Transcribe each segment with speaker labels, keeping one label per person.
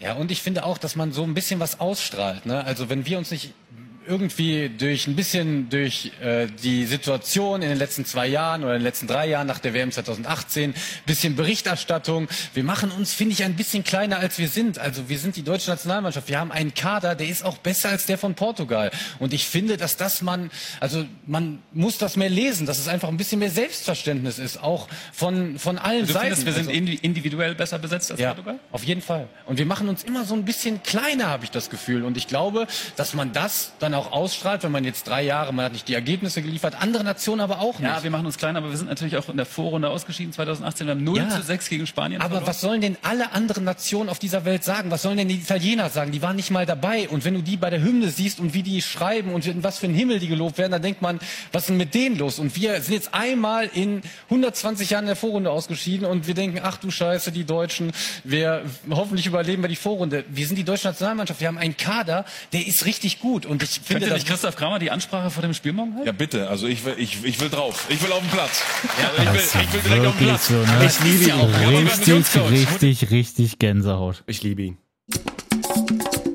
Speaker 1: Ja, und ich finde auch, dass man so ein bisschen was ausstrahlt. Ne? Also wenn wir uns nicht irgendwie durch ein bisschen durch äh, die Situation in den letzten zwei Jahren oder in den letzten drei Jahren nach der WM 2018, bisschen Berichterstattung. Wir machen uns, finde ich, ein bisschen kleiner als wir sind. Also wir sind die deutsche Nationalmannschaft. Wir haben einen Kader, der ist auch besser als der von Portugal. Und ich finde, dass das man, also man muss das mehr lesen, dass es einfach ein bisschen mehr Selbstverständnis ist, auch von, von allen
Speaker 2: Du
Speaker 1: Seiten.
Speaker 2: findest, wir sind
Speaker 1: Also-
Speaker 2: indi- individuell besser besetzt als
Speaker 1: ja,
Speaker 2: Portugal?
Speaker 1: auf jeden Fall. Und wir machen uns immer so ein bisschen kleiner, habe ich das Gefühl. Und ich glaube, dass man das dann auch ausstrahlt, wenn man jetzt drei Jahre, man hat nicht die Ergebnisse geliefert, andere Nationen aber auch nicht.
Speaker 2: Ja, wir machen uns klein, aber wir sind natürlich auch in der Vorrunde ausgeschieden 2018. Wir haben 0
Speaker 1: Ja.
Speaker 2: zu 6 gegen Spanien
Speaker 1: aber
Speaker 2: verloren.
Speaker 1: was sollen denn alle anderen Nationen auf dieser Welt sagen? Was sollen denn die Italiener sagen? Die waren nicht mal dabei. Und wenn du die bei der Hymne siehst und wie die schreiben und in was für ein Himmel die gelobt werden, dann denkt man, was ist denn mit denen los? Und wir sind jetzt einmal in 120 Jahren in der Vorrunde ausgeschieden und wir denken, ach du Scheiße, die Deutschen, wir hoffentlich überleben wir die Vorrunde. Wir sind die deutsche Nationalmannschaft. Wir haben einen Kader, der ist richtig gut. Und ich finde,
Speaker 2: Könnte
Speaker 1: das
Speaker 2: nicht Christoph Kramer die Ansprache vor dem Spiel morgen halten?
Speaker 3: Ja, bitte. Also ich will, ich, ich will drauf. Ich will auf den Platz. Also ich, will, ich will direkt auf den
Speaker 4: Wirklich
Speaker 3: Platz.
Speaker 4: so, ne?
Speaker 2: Ich liebe ihn.
Speaker 4: Richtig, richtig, richtig Gänsehaut.
Speaker 5: Ich liebe ihn.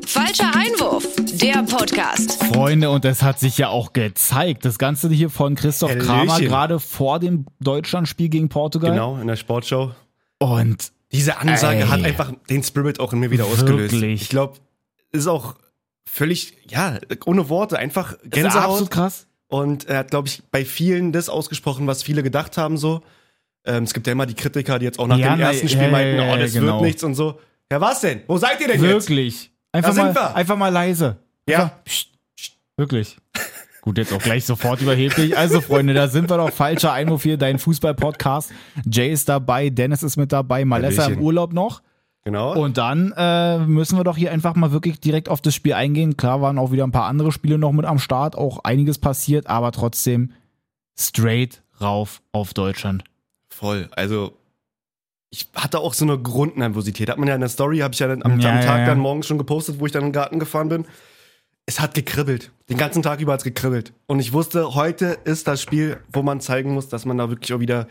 Speaker 6: Falscher Einwurf, der Podcast.
Speaker 4: Freunde, und das hat sich ja auch gezeigt. Das Ganze hier von Christoph
Speaker 5: Hallöchen.
Speaker 4: Kramer gerade vor dem Deutschlandspiel gegen Portugal. Oh,
Speaker 5: Genau, in der Sportshow.
Speaker 4: Und
Speaker 5: Diese Ansage
Speaker 4: Ey.
Speaker 5: hat einfach den Spirit auch in mir wieder ausgelöst.
Speaker 4: Wirklich.
Speaker 5: Ich glaube, ist auch völlig, ja, ohne Worte, einfach
Speaker 4: das ist absolut
Speaker 5: Gänsehaut.
Speaker 4: krass.
Speaker 5: Und er hat, glaube ich, bei vielen das ausgesprochen, was viele gedacht haben so. Ähm, es gibt ja immer die Kritiker, die jetzt auch nach
Speaker 4: Ja,
Speaker 5: dem
Speaker 4: na,
Speaker 5: ersten Spiel
Speaker 4: ja, ja,
Speaker 5: meinten,
Speaker 4: ja,
Speaker 5: oh, das
Speaker 4: genau.
Speaker 5: wird nichts und so. Ja, was denn? Wo seid ihr denn
Speaker 4: Wirklich. Einfach,
Speaker 5: Da sind
Speaker 4: mal,
Speaker 5: wir.
Speaker 4: einfach mal leise.
Speaker 5: jetzt? Ja.
Speaker 4: Wirklich. Gut, jetzt auch gleich sofort überheblich. Also, Freunde, da sind wir doch. Falscher Einwurf hier, dein Fußball-Podcast. Jay ist dabei, Dennis ist mit dabei, Malessa im
Speaker 5: Hallöchen.
Speaker 4: Urlaub noch.
Speaker 5: Genau.
Speaker 4: Und dann äh, müssen wir doch hier einfach mal wirklich direkt auf das Spiel eingehen. Klar waren auch wieder ein paar andere Spiele noch mit am Start, auch einiges passiert, aber trotzdem straight rauf auf Deutschland.
Speaker 5: Voll. Also ich hatte auch so eine Grundnervosität. Hat man ja in der Story, habe ich ja dann am,
Speaker 4: Ja,
Speaker 5: am
Speaker 4: ja,
Speaker 5: Tag
Speaker 4: ja.
Speaker 5: dann morgens schon gepostet, wo ich dann in den Garten gefahren bin. Es hat gekribbelt. Den ganzen Tag über hat es gekribbelt. Und ich wusste, heute ist das Spiel, wo man zeigen muss, dass man da wirklich auch wieder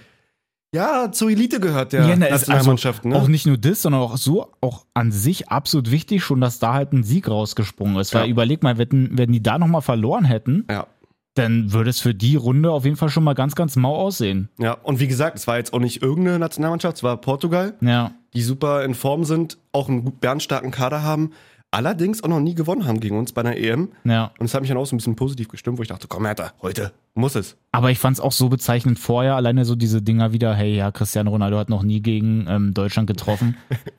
Speaker 5: ja, zur Elite gehört, der
Speaker 4: Ja, na, ist also
Speaker 5: Nationalmannschaft. ne?
Speaker 4: Auch nicht nur das, sondern auch so, auch an sich absolut wichtig schon, dass da halt ein Sieg rausgesprungen ist. Weil
Speaker 5: Ja.
Speaker 4: überleg mal, wenn, wenn die da nochmal verloren hätten,
Speaker 5: Ja.
Speaker 4: dann würde es für die Runde auf jeden Fall schon mal ganz, ganz mau aussehen.
Speaker 5: ja, und wie gesagt, es war jetzt auch nicht irgendeine Nationalmannschaft, es war Portugal,
Speaker 4: Ja.
Speaker 5: die super in Form sind, auch einen gut- bärenstarken Kader haben, allerdings auch noch nie gewonnen haben gegen uns bei einer E EM.
Speaker 4: Ja.
Speaker 5: Und es hat mich dann auch so ein bisschen positiv gestimmt, wo ich dachte, komm, Hertha, heute muss es.
Speaker 4: Aber ich fand es auch so bezeichnend vorher, alleine so diese Dinger wieder, hey, ja, Cristiano Ronaldo hat noch nie gegen ähm, Deutschland getroffen.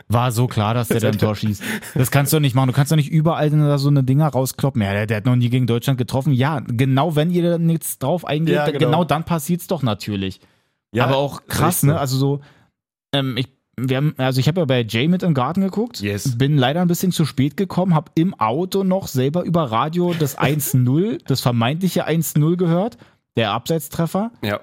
Speaker 4: War so klar, dass der da ein Tor schießt. Das kannst du nicht machen. Du kannst doch nicht überall denn da so eine Dinger rauskloppen. Ja, der, der hat noch nie gegen Deutschland getroffen. Ja, genau wenn ihr dann jetzt drauf eingeht,
Speaker 5: Ja,
Speaker 4: dann- genau.
Speaker 5: genau.
Speaker 4: dann passiert's doch natürlich.
Speaker 5: Ja,
Speaker 4: Aber auch krass,
Speaker 5: richtig.
Speaker 4: ne? Also so, ähm, ich, wir haben, also ich habe ja bei Jay mit im Garten geguckt.
Speaker 5: Yes.
Speaker 4: Bin leider ein bisschen zu spät gekommen, habe im Auto noch selber über Radio das 1-0, das vermeintliche 1-0 gehört. Der Abseitstreffer.
Speaker 5: Ja.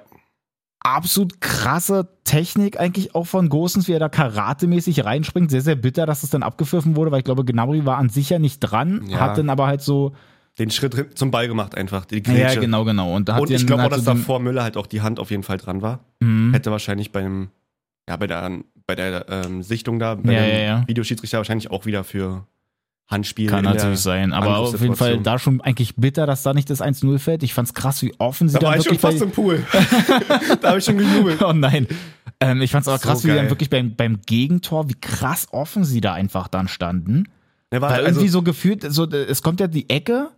Speaker 4: Absolut krasse Technik eigentlich auch von Gosens, wie er da karatemäßig reinspringt. Sehr, sehr bitter, dass es dann abgepfiffen wurde, weil ich glaube, Gnabry war an sich ja nicht dran,
Speaker 5: Ja.
Speaker 4: hat dann aber halt so.
Speaker 5: Den Schritt hin- zum Ball gemacht einfach, die Grätsche.
Speaker 4: genau. Und, da
Speaker 5: Und ich glaube auch, dass
Speaker 4: so den-
Speaker 5: davor Müller halt auch die Hand auf jeden Fall dran war.
Speaker 4: Mhm.
Speaker 5: Hätte wahrscheinlich beim, ja, bei der, bei der ähm, Sichtung da, bei
Speaker 4: Ja,
Speaker 5: dem
Speaker 4: ja, ja.
Speaker 5: Videoschiedsrichter wahrscheinlich auch wieder für Handspiel.
Speaker 4: Kann
Speaker 5: in der-
Speaker 4: natürlich sein, aber auf jeden Fall
Speaker 5: Angriffssituation.
Speaker 4: da schon eigentlich bitter, dass da nicht das 1-0 fällt. Ich fand's krass, wie offen sie
Speaker 5: Da
Speaker 4: dann
Speaker 5: war ich schon
Speaker 4: wirklich
Speaker 5: fast im Pool. da habe ich schon gejubelt.
Speaker 4: Oh nein. Ähm, ich fand's auch
Speaker 5: So
Speaker 4: krass, wie
Speaker 5: geil.
Speaker 4: dann wirklich beim, beim Gegentor, wie krass offen sie da einfach dann standen.
Speaker 5: Ne, war
Speaker 4: Weil
Speaker 5: also,
Speaker 4: irgendwie so gefühlt, so, äh, es kommt ja die Ecke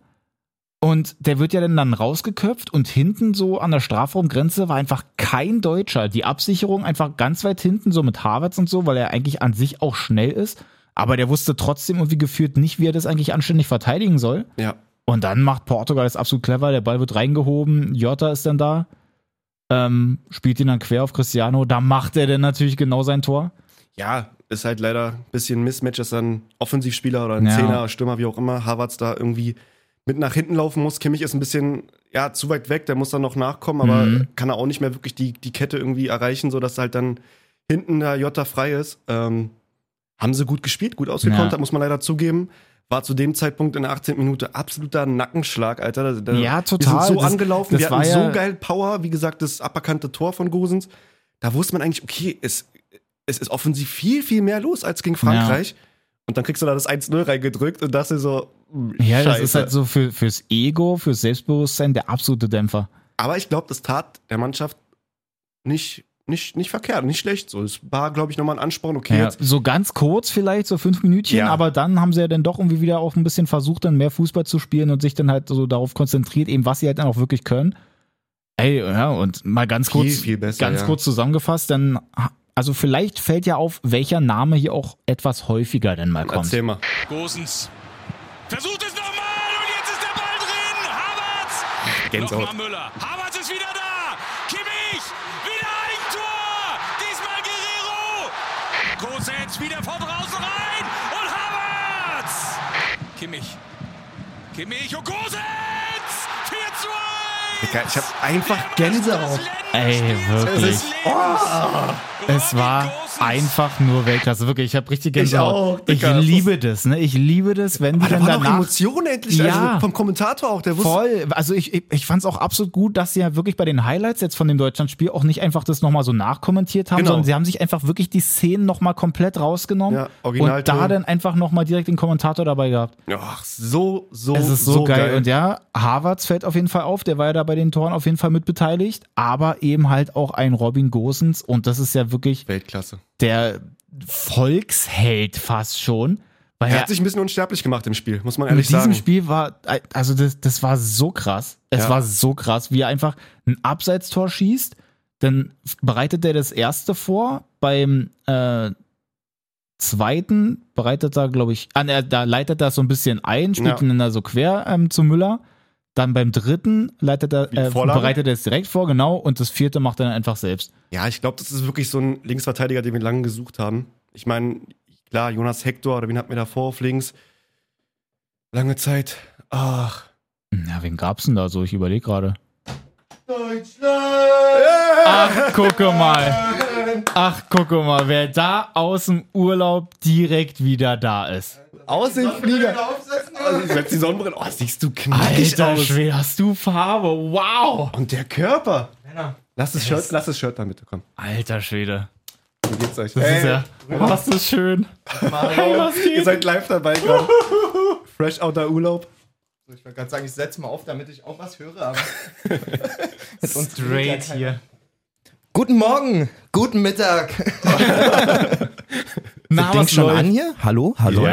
Speaker 4: und der wird ja dann, dann rausgeköpft und hinten so an der Strafraumgrenze war einfach kein Deutscher. Die Absicherung einfach ganz weit hinten, so mit Harvards und so, weil er eigentlich an sich auch schnell ist. Aber der wusste trotzdem irgendwie gefühlt nicht, wie er das eigentlich anständig verteidigen soll.
Speaker 5: ja.
Speaker 4: Und dann macht Portugal das absolut clever. Der Ball wird reingehoben. Jota ist dann da. Ähm, spielt ihn dann quer auf Cristiano. Da macht er dann natürlich genau sein Tor.
Speaker 5: ja, ist halt leider ein bisschen Mismatch, dass dann Offensivspieler oder ein
Speaker 4: Ja.
Speaker 5: Zehner, Stürmer, wie auch immer, Harvards da irgendwie mit nach hinten laufen muss. Kimmich ist ein bisschen, ja, zu weit weg, der muss dann noch nachkommen, aber
Speaker 4: Mhm.
Speaker 5: kann er auch nicht mehr wirklich die, die Kette irgendwie erreichen, sodass halt dann hinten der Jota frei ist. Ähm, haben sie gut gespielt, gut ausgekontert,
Speaker 4: Ja.
Speaker 5: muss man leider zugeben. War zu dem Zeitpunkt in der 18. Minute absoluter Nackenschlag, Alter. Da- da-
Speaker 4: Ja,
Speaker 5: Wir
Speaker 4: total.
Speaker 5: sind so
Speaker 4: Das-
Speaker 5: angelaufen,
Speaker 4: das
Speaker 5: wir hatten
Speaker 4: war ja-
Speaker 5: so geil Power, wie gesagt, das aberkannte Tor von Gosens. Da wusste man eigentlich, okay, es, es ist offensiv viel, viel mehr los als gegen Frankreich. Und dann kriegst du da das 1-0 reingedrückt und dachte so, hm,
Speaker 4: Ja,
Speaker 5: scheiße.
Speaker 4: das ist halt so für, fürs Ego, fürs Selbstbewusstsein der absolute Dämpfer.
Speaker 5: Aber ich glaube, das tat der Mannschaft nicht, nicht, nicht verkehrt, nicht schlecht. So, es war, glaube ich, nochmal ein Ansporn. Okay,
Speaker 4: Ja,
Speaker 5: jetzt
Speaker 4: so ganz kurz vielleicht, so fünf Minütchen,
Speaker 5: Ja.
Speaker 4: aber dann haben sie ja dann doch irgendwie wieder auch ein bisschen versucht, dann mehr Fußball zu spielen und sich dann halt so darauf konzentriert, eben was sie halt dann auch wirklich können. Ey, ja, und mal ganz
Speaker 5: Viel,
Speaker 4: kurz,
Speaker 5: viel besser,
Speaker 4: ganz
Speaker 5: ja.
Speaker 4: kurz zusammengefasst, dann, also vielleicht fällt ja auf, welcher Name hier auch etwas häufiger denn mal kommt.
Speaker 5: erzähl mal.
Speaker 3: Gosens versucht es nochmal und jetzt ist der Ball drin. Havertz.
Speaker 5: Gänsehaut.
Speaker 3: Nochmal Müller. Havertz ist wieder da. Kimmich. Wieder Eigentor. Diesmal Guerrero. Kosens wieder von draußen rein. Und Havertz. Kimmich. Kimmich und Kosens. 4 zu 1.
Speaker 5: Digga, ich hab einfach Gänsehaut. Oh.
Speaker 4: Ey, wirklich. Es war einfach nur Weltklasse, wirklich. Ich habe richtig Gänsehaut.
Speaker 5: auch,
Speaker 4: ich
Speaker 5: Digga, das
Speaker 4: liebe das, ne? Ich liebe das, wenn die
Speaker 5: Aber da
Speaker 4: dann
Speaker 5: war noch
Speaker 4: danach
Speaker 5: Emotionen endlich.
Speaker 4: Ja.
Speaker 5: Also vom Kommentator auch, der wusste.
Speaker 4: voll. Also ich, ich, ich fand es auch absolut gut, dass sie ja wirklich bei den Highlights jetzt von dem Deutschlandspiel auch nicht einfach das nochmal so nachkommentiert haben,
Speaker 5: Genau.
Speaker 4: sondern sie haben sich einfach wirklich die Szenen nochmal komplett rausgenommen
Speaker 5: Ja,
Speaker 4: und
Speaker 5: Originalton.
Speaker 4: da dann einfach nochmal direkt den Kommentator dabei gehabt.
Speaker 5: Ach, so, Oh, so,
Speaker 4: es ist so, geil. Und ja, Harvards fällt auf jeden Fall auf, der war ja da bei den Toren auf jeden Fall mit beteiligt, aber eben halt auch ein Robin Gosens und das ist ja wirklich
Speaker 5: Weltklasse.
Speaker 4: der Volksheld fast schon. Weil
Speaker 5: Er
Speaker 4: er
Speaker 5: hat sich ein bisschen unsterblich gemacht im Spiel, muss man
Speaker 4: mit
Speaker 5: ehrlich
Speaker 4: diesem
Speaker 5: sagen.
Speaker 4: Spiel war, also das, das war so krass. Es
Speaker 5: Ja.
Speaker 4: war so krass, wie er einfach ein Abseitstor schießt, dann bereitet er das erste vor, beim äh, zweiten bereitet er, glaube ich, ah, ne, da leitet er so ein bisschen ein, spielt
Speaker 5: Ja.
Speaker 4: ihn dann da so quer ähm, zu Müller. Dann beim dritten leitet er,
Speaker 5: Wie
Speaker 4: äh,
Speaker 5: Vorlage?
Speaker 4: bereitet er es direkt vor, genau. Und das vierte macht er dann einfach selbst.
Speaker 5: Ja, ich glaube, das ist wirklich so ein Linksverteidiger, den wir lange gesucht haben. Ich meine, klar, Jonas Hector oder wen hatten wir davor auf links? Lange Zeit. Ach.
Speaker 4: Na, wen gab's denn da so? Ich überlege gerade.
Speaker 5: Äh,
Speaker 4: Ach, gucke mal. Ach, gucke mal, wer da aus dem Urlaub direkt wieder da ist.
Speaker 5: Aus dem Flieger. Also, ich setz die Sonnenbrille. Oh, siehst du knackig
Speaker 4: Alter
Speaker 5: aus.
Speaker 4: Schwede, hast du Farbe. Wow.
Speaker 5: Und der Körper. Lass das Shirt, lass das Shirt dann bitte, komm.
Speaker 4: Alter Schwede.
Speaker 5: Wie geht's euch?
Speaker 4: Das ist ja. Was ist schön. Hey, was geht?
Speaker 5: Ihr seid live dabei gerade. Fresh out der Urlaub.
Speaker 7: So, Ich wollte gerade sagen, ich setze mal auf, damit ich auch was höre, aber. Mit uns redet
Speaker 4: Straight
Speaker 7: ja keiner.
Speaker 4: hier.
Speaker 7: Guten Morgen, guten Mittag.
Speaker 4: Na,
Speaker 7: Fängt schon
Speaker 4: läuft?
Speaker 7: an hier? Hallo, hallo.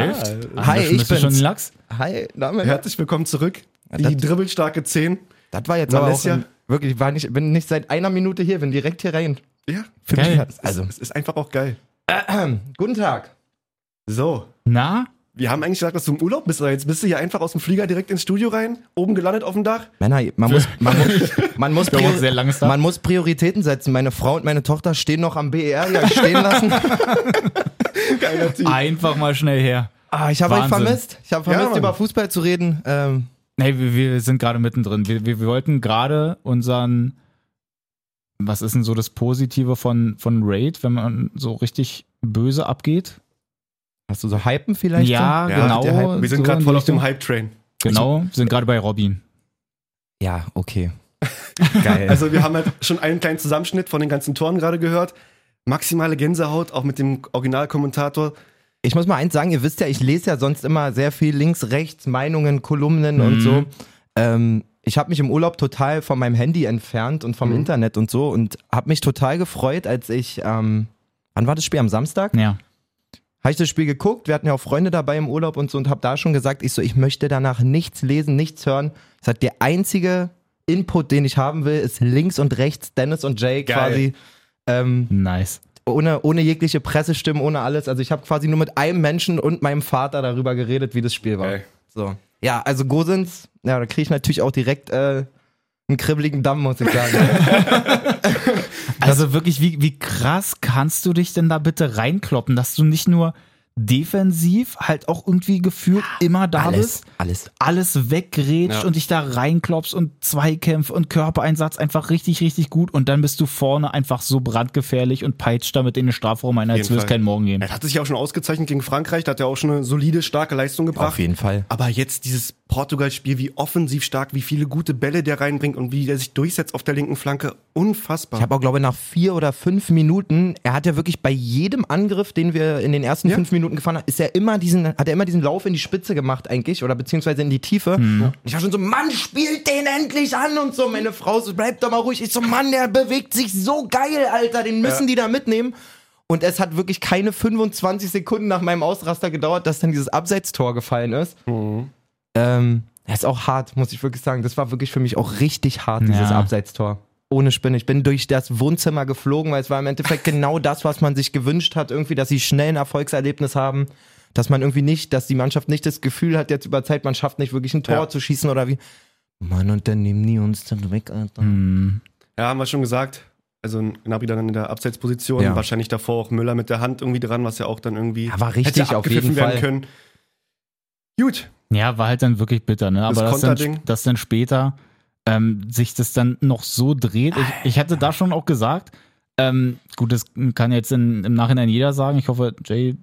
Speaker 7: Hi, ich
Speaker 4: Schmeißt du
Speaker 7: bin's.
Speaker 4: schon den Lachs?
Speaker 7: Hi, Name.
Speaker 5: Herzlich willkommen zurück.
Speaker 7: das-
Speaker 5: Die dribbelstarke 10.
Speaker 7: Das war jetzt
Speaker 5: Na,
Speaker 7: aber auch
Speaker 5: Alessia?
Speaker 7: ein, wirklich, war nicht, bin nicht seit einer Minute hier, bin direkt hier rein.
Speaker 5: Ja,
Speaker 7: Für
Speaker 4: Geil.
Speaker 7: mich hat's- also,
Speaker 5: es ist einfach auch geil.
Speaker 7: guten Tag.
Speaker 5: So,
Speaker 4: Na?
Speaker 5: wir haben eigentlich gesagt, dass du im Urlaub bist, aber jetzt bist du hier einfach aus dem Flieger direkt ins Studio rein, oben gelandet auf dem Dach.
Speaker 7: Männer, man muss, man muss, man muss,
Speaker 4: brauchen
Speaker 7: Prior-
Speaker 4: sehr langes Tag.
Speaker 7: man muss Prioritäten setzen. Meine Frau und meine Tochter stehen noch am BER hier stehen lassen.
Speaker 5: Geiler Typ.
Speaker 4: Einfach mal schnell her.
Speaker 7: Ah, ich habe euch
Speaker 4: Wahnsinn.
Speaker 7: vermisst. Ich habe vermisst,
Speaker 5: Mann.
Speaker 7: über Fußball zu reden. Ähm,
Speaker 4: Nee, wir, wir sind gerade mittendrin. Wir, wir, wir wollten gerade unseren, was ist denn so das Positive von, von Raid, wenn man so richtig böse abgeht?
Speaker 7: hast du so Hypen vielleicht?
Speaker 4: ja, genau.
Speaker 5: der Hype. Wir sind
Speaker 4: so
Speaker 5: gerade
Speaker 4: in
Speaker 5: voll
Speaker 4: die
Speaker 5: auf dem
Speaker 4: Richtung.
Speaker 5: Hype-Train.
Speaker 4: Genau, sind gerade bei Robin.
Speaker 7: So? Ja, okay. Geil.
Speaker 5: Also wir haben halt schon einen kleinen Zusammenschnitt von den ganzen Toren gerade gehört. Maximale Gänsehaut, auch mit dem Originalkommentator.
Speaker 7: Ich muss mal eins sagen, ihr wisst ja, ich lese ja sonst immer sehr viel links, rechts, Meinungen, Kolumnen und so. Ähm, ich habe mich im Urlaub total von meinem Handy entfernt und vom Internet und so und habe mich total gefreut, als ich, ähm, wann war das Spiel? Am Samstag?
Speaker 4: Ja.
Speaker 7: Habe ich das Spiel geguckt, wir hatten ja auch Freunde dabei im Urlaub und so und habe da schon gesagt, ich so, ich möchte danach nichts lesen, nichts hören. Das hat der einzige Input, den ich haben will, ist links und rechts Dennis und Jay quasi. Ähm,
Speaker 4: Nice.
Speaker 7: ohne, ohne jegliche Pressestimmen, ohne alles. Also ich habe quasi nur mit einem Menschen und meinem Vater darüber geredet, wie das Spiel war.
Speaker 5: Geil.
Speaker 7: So. Ja, also Gosens, ja, da kriege ich natürlich auch direkt äh, einen kribbeligen Damm, muss ich sagen.
Speaker 4: Also wirklich, wie, wie krass kannst du dich denn da bitte reinkloppen, dass du nicht nur defensiv halt auch irgendwie gefühlt immer da bist,
Speaker 7: alles.
Speaker 4: alles wegrätscht
Speaker 5: Ja.
Speaker 4: und dich da reinkloppst und Zweikämpfe und Körpereinsatz einfach richtig, richtig gut und dann bist du vorne einfach so brandgefährlich und peitscht damit in den Strafraum ein, als
Speaker 5: jeden
Speaker 4: würde es
Speaker 5: Fall.
Speaker 4: keinen Morgen geben.
Speaker 5: Er hat sich ja auch schon ausgezeichnet gegen Frankreich, da hat er auch schon eine solide, starke Leistung gebracht.
Speaker 7: Auf jeden Fall.
Speaker 5: Aber jetzt dieses Portugal-Spiel, wie offensiv stark, wie viele gute Bälle der reinbringt und wie der sich durchsetzt auf der linken Flanke. Unfassbar.
Speaker 7: Ich habe auch, glaube ich, nach vier oder fünf Minuten, er hat ja wirklich bei jedem Angriff, den wir in den ersten
Speaker 5: Ja.
Speaker 7: fünf Minuten gefahren haben, ist er immer diesen, hat er immer diesen Lauf in die Spitze gemacht eigentlich oder beziehungsweise in die Tiefe.
Speaker 5: Mhm.
Speaker 7: Und Ich war schon so, Mann, spielt den endlich an und so. Meine Frau so, bleib doch mal ruhig. Ich so, Mann, der bewegt sich so geil, Alter, den müssen die da mitnehmen. Und es hat wirklich keine 25 Sekunden nach meinem Ausraster gedauert, dass dann dieses Abseitstor gefallen ist. Ähm, das ist auch hart, muss ich wirklich sagen. Das war wirklich für mich auch richtig hart, dieses
Speaker 4: Ja.
Speaker 7: Abseitstor. Ohne Spinne. Ich bin durch das Wohnzimmer geflogen, weil es war im Endeffekt genau das, was man sich gewünscht hat, irgendwie, dass sie schnell ein Erfolgserlebnis haben, dass man irgendwie nicht, dass die Mannschaft nicht das Gefühl hat, jetzt über Zeit, man schafft nicht wirklich ein Tor
Speaker 5: Ja.
Speaker 7: zu schießen oder wie. Mann, und dann nehmen die uns dann weg, Alter.
Speaker 4: Hm.
Speaker 5: Ja, haben wir schon gesagt. Also Gnabry dann in der Abseitsposition,
Speaker 7: Ja.
Speaker 5: wahrscheinlich davor auch Müller mit der Hand irgendwie dran, was ja auch dann irgendwie
Speaker 7: Ja, war richtig,
Speaker 5: hätte
Speaker 7: auf jeden
Speaker 5: abgepfiffen werden
Speaker 7: Fall.
Speaker 5: können. Gut,
Speaker 4: Ja, war halt dann wirklich bitter, ne?
Speaker 5: Das
Speaker 4: Aber dass dann,
Speaker 5: Konterding.
Speaker 4: dass dann später ähm, sich das dann noch so dreht. Ich, ich hatte da schon auch gesagt, ähm, gut, das kann jetzt in, im Nachhinein jeder sagen. Ich hoffe, Jay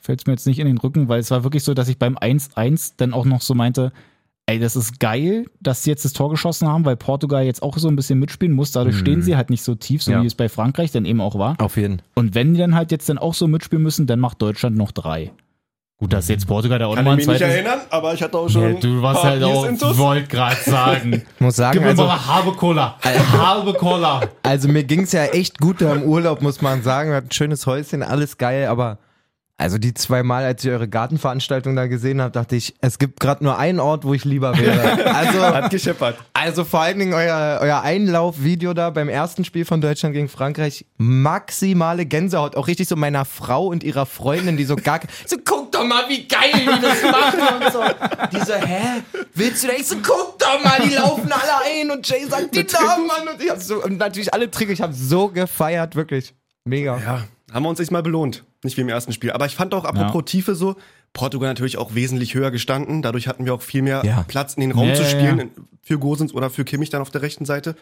Speaker 4: fällt mir jetzt nicht in den Rücken, weil es war wirklich so, dass ich beim 1-1 dann auch noch so meinte, ey, das ist geil, dass sie jetzt das Tor geschossen haben, weil Portugal jetzt auch so ein bisschen mitspielen muss. Dadurch
Speaker 5: Mhm.
Speaker 4: stehen sie halt nicht so tief, so
Speaker 7: Ja.
Speaker 4: wie es bei Frankreich dann eben auch war.
Speaker 7: Auf jeden.
Speaker 4: Und wenn die dann halt jetzt dann auch so mitspielen müssen, dann macht Deutschland noch drei. Gut, dass jetzt Portugal da auch
Speaker 5: kann
Speaker 4: nochmal
Speaker 5: ich
Speaker 4: ein
Speaker 5: mich nicht
Speaker 4: zweites
Speaker 5: erinnern, aber ich hatte auch schon
Speaker 4: Nee, du warst
Speaker 5: paar
Speaker 4: halt auch,
Speaker 5: Bierintus.
Speaker 4: wollt gerade sagen. Gib
Speaker 7: Muss sagen,
Speaker 4: mir
Speaker 7: also,
Speaker 4: mal halbe Cola. Halbe Cola.
Speaker 7: also mir ging's ja echt gut da im Urlaub, muss man sagen. Wir hatten ein schönes Häuschen, alles geil, aber also die zweimal, als ich eure Gartenveranstaltung da gesehen habe, dachte ich, es gibt gerade nur einen Ort, wo ich lieber wäre. Also,
Speaker 5: Hat gescheppert.
Speaker 7: also vor allen Dingen euer, euer Einlaufvideo da beim ersten Spiel von Deutschland gegen Frankreich, maximale Gänsehaut, auch richtig so meiner Frau und ihrer Freundin, die so gar so guck doch mal, wie geil die das machen und so. Die so, hä? Willst du da? Ich so, guck doch mal, die laufen alle ein und Jay sagt die Namen an und ich hab so, und natürlich alle Trigger, ich hab so gefeiert, wirklich. Mega.
Speaker 5: Ja, haben wir uns nicht mal belohnt. Nicht wie im ersten Spiel. Aber ich fand auch, apropos Tiefe so, Portugal natürlich auch wesentlich höher gestanden. Dadurch hatten wir auch viel mehr
Speaker 7: Ja.
Speaker 5: Platz in den Raum
Speaker 4: Ja,
Speaker 5: zu
Speaker 4: ja,
Speaker 5: spielen.
Speaker 4: ja.
Speaker 5: Für Gosens oder für Kimmich dann auf der rechten Seite.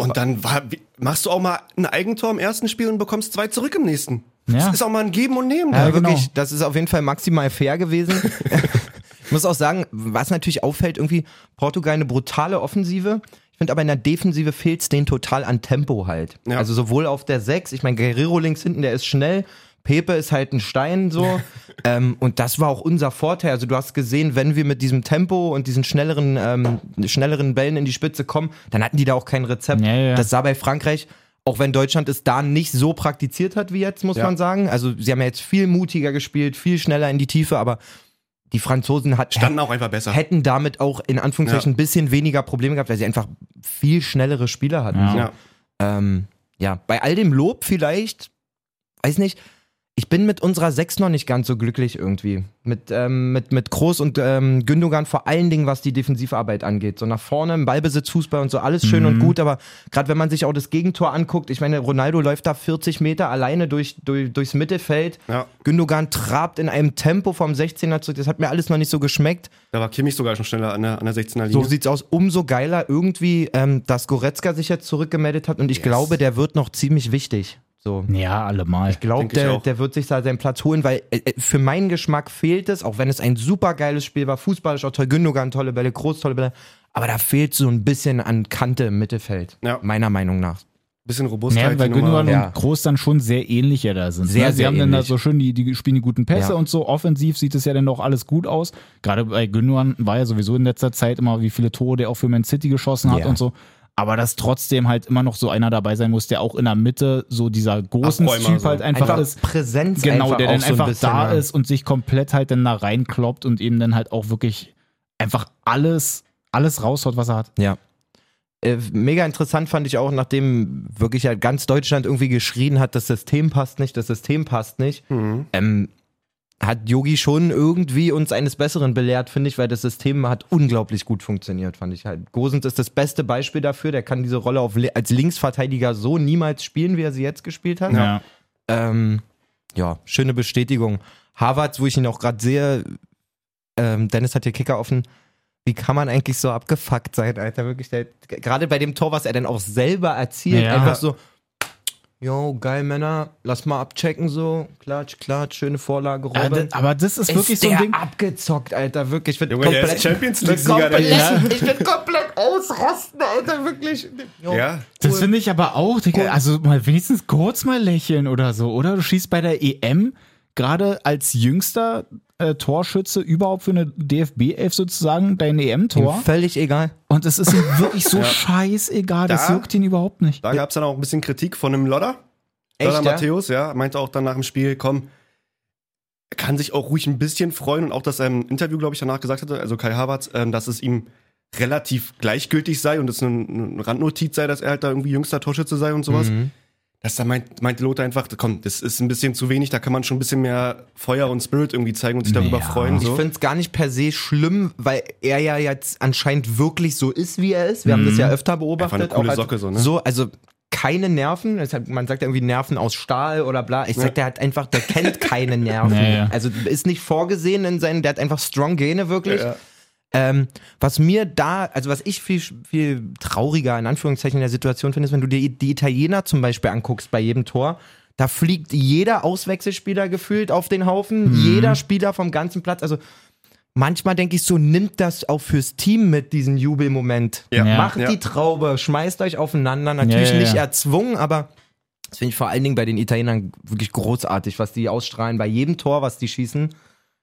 Speaker 5: Und dann war, wie, machst du auch mal ein Eigentor im ersten Spiel und bekommst zwei zurück im nächsten.
Speaker 4: Ja.
Speaker 5: Das ist auch mal ein Geben und Nehmen.
Speaker 7: Ja,
Speaker 5: da.
Speaker 7: wirklich,
Speaker 4: genau.
Speaker 7: das ist auf jeden Fall maximal fair gewesen. Ich muss auch sagen, was natürlich auffällt, irgendwie Portugal eine brutale Offensive. Ich finde aber in der Defensive fehlt es denen total an Tempo halt.
Speaker 5: Ja.
Speaker 7: Also sowohl auf der 6, ich meine, Guerrero links hinten, der ist schnell. Pepe ist halt ein Stein so. ähm, und das war auch unser Vorteil. Also du hast gesehen, wenn wir mit diesem Tempo und diesen schnelleren, ähm, schnelleren Bällen in die Spitze kommen, dann hatten die da auch kein Rezept.
Speaker 4: Ja, ja.
Speaker 7: Das sah bei Frankreich, auch wenn Deutschland es da nicht so praktiziert hat wie jetzt, muss
Speaker 5: Ja.
Speaker 7: man sagen. Also sie haben ja jetzt viel mutiger gespielt, viel schneller in die Tiefe, aber die Franzosen hat,
Speaker 5: Standen auch einfach besser.
Speaker 7: hätten damit auch in Anführungszeichen
Speaker 5: Ja.
Speaker 7: ein bisschen weniger Probleme gehabt, weil sie einfach viel schnellere Spieler hatten.
Speaker 4: Ja.
Speaker 5: Ja.
Speaker 7: Ähm, ja, bei all dem Lob vielleicht, weiß nicht, ich bin mit unserer Sechs noch nicht ganz so glücklich irgendwie. Mit, ähm, mit, mit Groß und ähm, Gündogan vor allen Dingen, was die Defensivarbeit angeht. So nach vorne im Ballbesitz, Fußball und so, alles schön und gut, aber gerade wenn man sich auch das Gegentor anguckt, ich meine, Ronaldo läuft da 40 Meter alleine durch, durch, durchs Mittelfeld.
Speaker 5: Ja.
Speaker 7: Gündogan trabt in einem Tempo vom 16er zurück, das hat mir alles noch nicht so geschmeckt.
Speaker 5: Da war Kimmich sogar schon schneller an der, an der 16er
Speaker 7: So
Speaker 5: Linie.
Speaker 7: sieht's aus. Umso geiler irgendwie, ähm, dass Goretzka sich jetzt zurückgemeldet hat und ich glaube, der wird noch ziemlich wichtig. So.
Speaker 4: Ja, allemal.
Speaker 7: Ich glaube,
Speaker 5: Denk ich
Speaker 7: der,
Speaker 5: auch.
Speaker 7: der wird sich da seinen Platz holen, weil äh, äh, für meinen Geschmack fehlt es, auch wenn es ein super geiles Spiel war, fußballisch auch toll, Gündogan tolle Bälle, Groß tolle Bälle, aber da fehlt so ein bisschen an Kante im Mittelfeld,
Speaker 5: Ja.
Speaker 7: meiner Meinung nach.
Speaker 5: Bisschen Robustheit.
Speaker 4: Ja, weil
Speaker 5: halt die Nummer.
Speaker 4: Gündogan
Speaker 7: Ja.
Speaker 4: und Groß dann schon sehr ähnlich ja da sind.
Speaker 7: Sehr,
Speaker 4: ne? Sie
Speaker 7: sehr
Speaker 4: haben dann da
Speaker 7: ähnlich.
Speaker 4: so schön, die, die spielen die guten Pässe
Speaker 7: Ja.
Speaker 4: und so. Offensiv sieht es ja dann doch alles gut aus. Gerade bei Gündogan war ja sowieso in letzter Zeit immer, wie viele Tore der auch für Man City geschossen hat
Speaker 7: Ja.
Speaker 4: und so. Aber dass trotzdem halt immer noch so einer dabei sein muss, der auch in der Mitte so dieser großen
Speaker 5: Abräumer
Speaker 4: Typ
Speaker 5: so.
Speaker 4: halt einfach,
Speaker 7: Einfach
Speaker 4: ist.
Speaker 7: Präsenz
Speaker 4: Genau,
Speaker 7: einfach
Speaker 4: der
Speaker 7: auch
Speaker 4: dann
Speaker 7: so ein
Speaker 4: einfach
Speaker 7: bisschen, ne?
Speaker 4: da
Speaker 7: ja.
Speaker 4: ist und sich komplett halt dann da reinkloppt und eben dann halt auch wirklich einfach alles, alles raushaut, was er hat.
Speaker 7: Ja. Äh, Mega interessant fand ich auch, nachdem wirklich halt ganz Deutschland irgendwie geschrien hat, das System passt nicht, das System passt nicht, ähm, hat Yogi schon irgendwie uns eines Besseren belehrt, finde ich, weil das System hat unglaublich gut funktioniert, fand ich halt. Gosens ist das beste Beispiel dafür, der kann diese Rolle auf, li- als Linksverteidiger so niemals spielen, wie er sie jetzt gespielt hat.
Speaker 4: Ja.
Speaker 7: Ähm, ja, schöne Bestätigung. Harvard, wo ich ihn auch gerade sehe, ähm, Dennis hat hier Kicker offen. Wie kann man eigentlich so abgefuckt sein, Alter? Wirklich, der- gerade bei dem Tor, was er dann auch selber erzielt,
Speaker 4: Ja.
Speaker 7: einfach so, jo, geil, Männer, lass mal abchecken so. Klatsch, klatsch, schöne Vorlage,
Speaker 4: Ja,
Speaker 7: Robin.
Speaker 4: das, aber das ist wirklich so ein
Speaker 7: der
Speaker 4: Ding.
Speaker 7: abgezockt, Alter, wirklich. Ich bin
Speaker 5: Junge, der ist Champions League-Sieger. der-
Speaker 4: Ja.
Speaker 7: ich bin komplett ausrasten, Alter, wirklich. Jo.
Speaker 5: Ja.
Speaker 4: Das finde ich aber auch, Digga, also mal wenigstens kurz mal lächeln oder so, oder? Du schießt bei der EM gerade als jüngster äh, Torschütze überhaupt für eine DFB-11 sozusagen dein EM-Tor.
Speaker 7: Völlig egal.
Speaker 4: Und es ist ihm wirklich so scheißegal, das
Speaker 5: Da-
Speaker 4: juckt ihn überhaupt nicht.
Speaker 5: Da gab es dann auch ein bisschen Kritik von einem Lodder.
Speaker 7: Echt,
Speaker 5: Lodder
Speaker 7: ja?
Speaker 5: Matthäus, ja, meinte auch dann nach dem Spiel, komm, er kann sich auch ruhig ein bisschen freuen und auch das ähm, Interview, glaube ich, danach gesagt hatte, also Kai Havertz, ähm, dass es ihm relativ gleichgültig sei und es eine, eine Randnotiz sei, dass er halt da irgendwie jüngster Torschütze sei und sowas. Dass da meint, meinte Lothar einfach, komm, das ist ein bisschen zu wenig, da kann man schon ein bisschen mehr Feuer und Spirit irgendwie zeigen und sich darüber
Speaker 4: Ja.
Speaker 5: freuen.
Speaker 7: Ich
Speaker 5: So.
Speaker 7: finde es gar nicht per se schlimm, weil er ja jetzt anscheinend wirklich so ist, wie er ist. Wir haben das ja öfter beobachtet.
Speaker 5: Mhm. Einfach eine coole
Speaker 7: als-
Speaker 5: Socke so, ne?
Speaker 7: also keine Nerven. Deshalb, man sagt ja irgendwie Nerven aus Stahl oder bla. Ich sag, der hat einfach, der kennt keine Nerven.
Speaker 4: Ja, ja.
Speaker 7: Also ist nicht vorgesehen in seinen, der hat einfach strong Gene wirklich. Ähm, was mir da, also was ich viel, viel trauriger in Anführungszeichen in der Situation finde, ist, wenn du dir die Italiener zum Beispiel anguckst bei jedem Tor, da fliegt jeder Auswechselspieler gefühlt auf den Haufen,
Speaker 4: Mhm.
Speaker 7: jeder Spieler vom ganzen Platz. Also manchmal denke ich so, nimmt das auch fürs Team mit, diesen Jubelmoment.
Speaker 5: Ja.
Speaker 4: Ja.
Speaker 7: Macht
Speaker 5: Ja.
Speaker 7: die Traube, schmeißt euch aufeinander. Natürlich
Speaker 4: Ja, ja, ja.
Speaker 7: nicht erzwungen, aber das finde ich vor allen Dingen bei den Italienern wirklich großartig, was die ausstrahlen bei jedem Tor, was die schießen.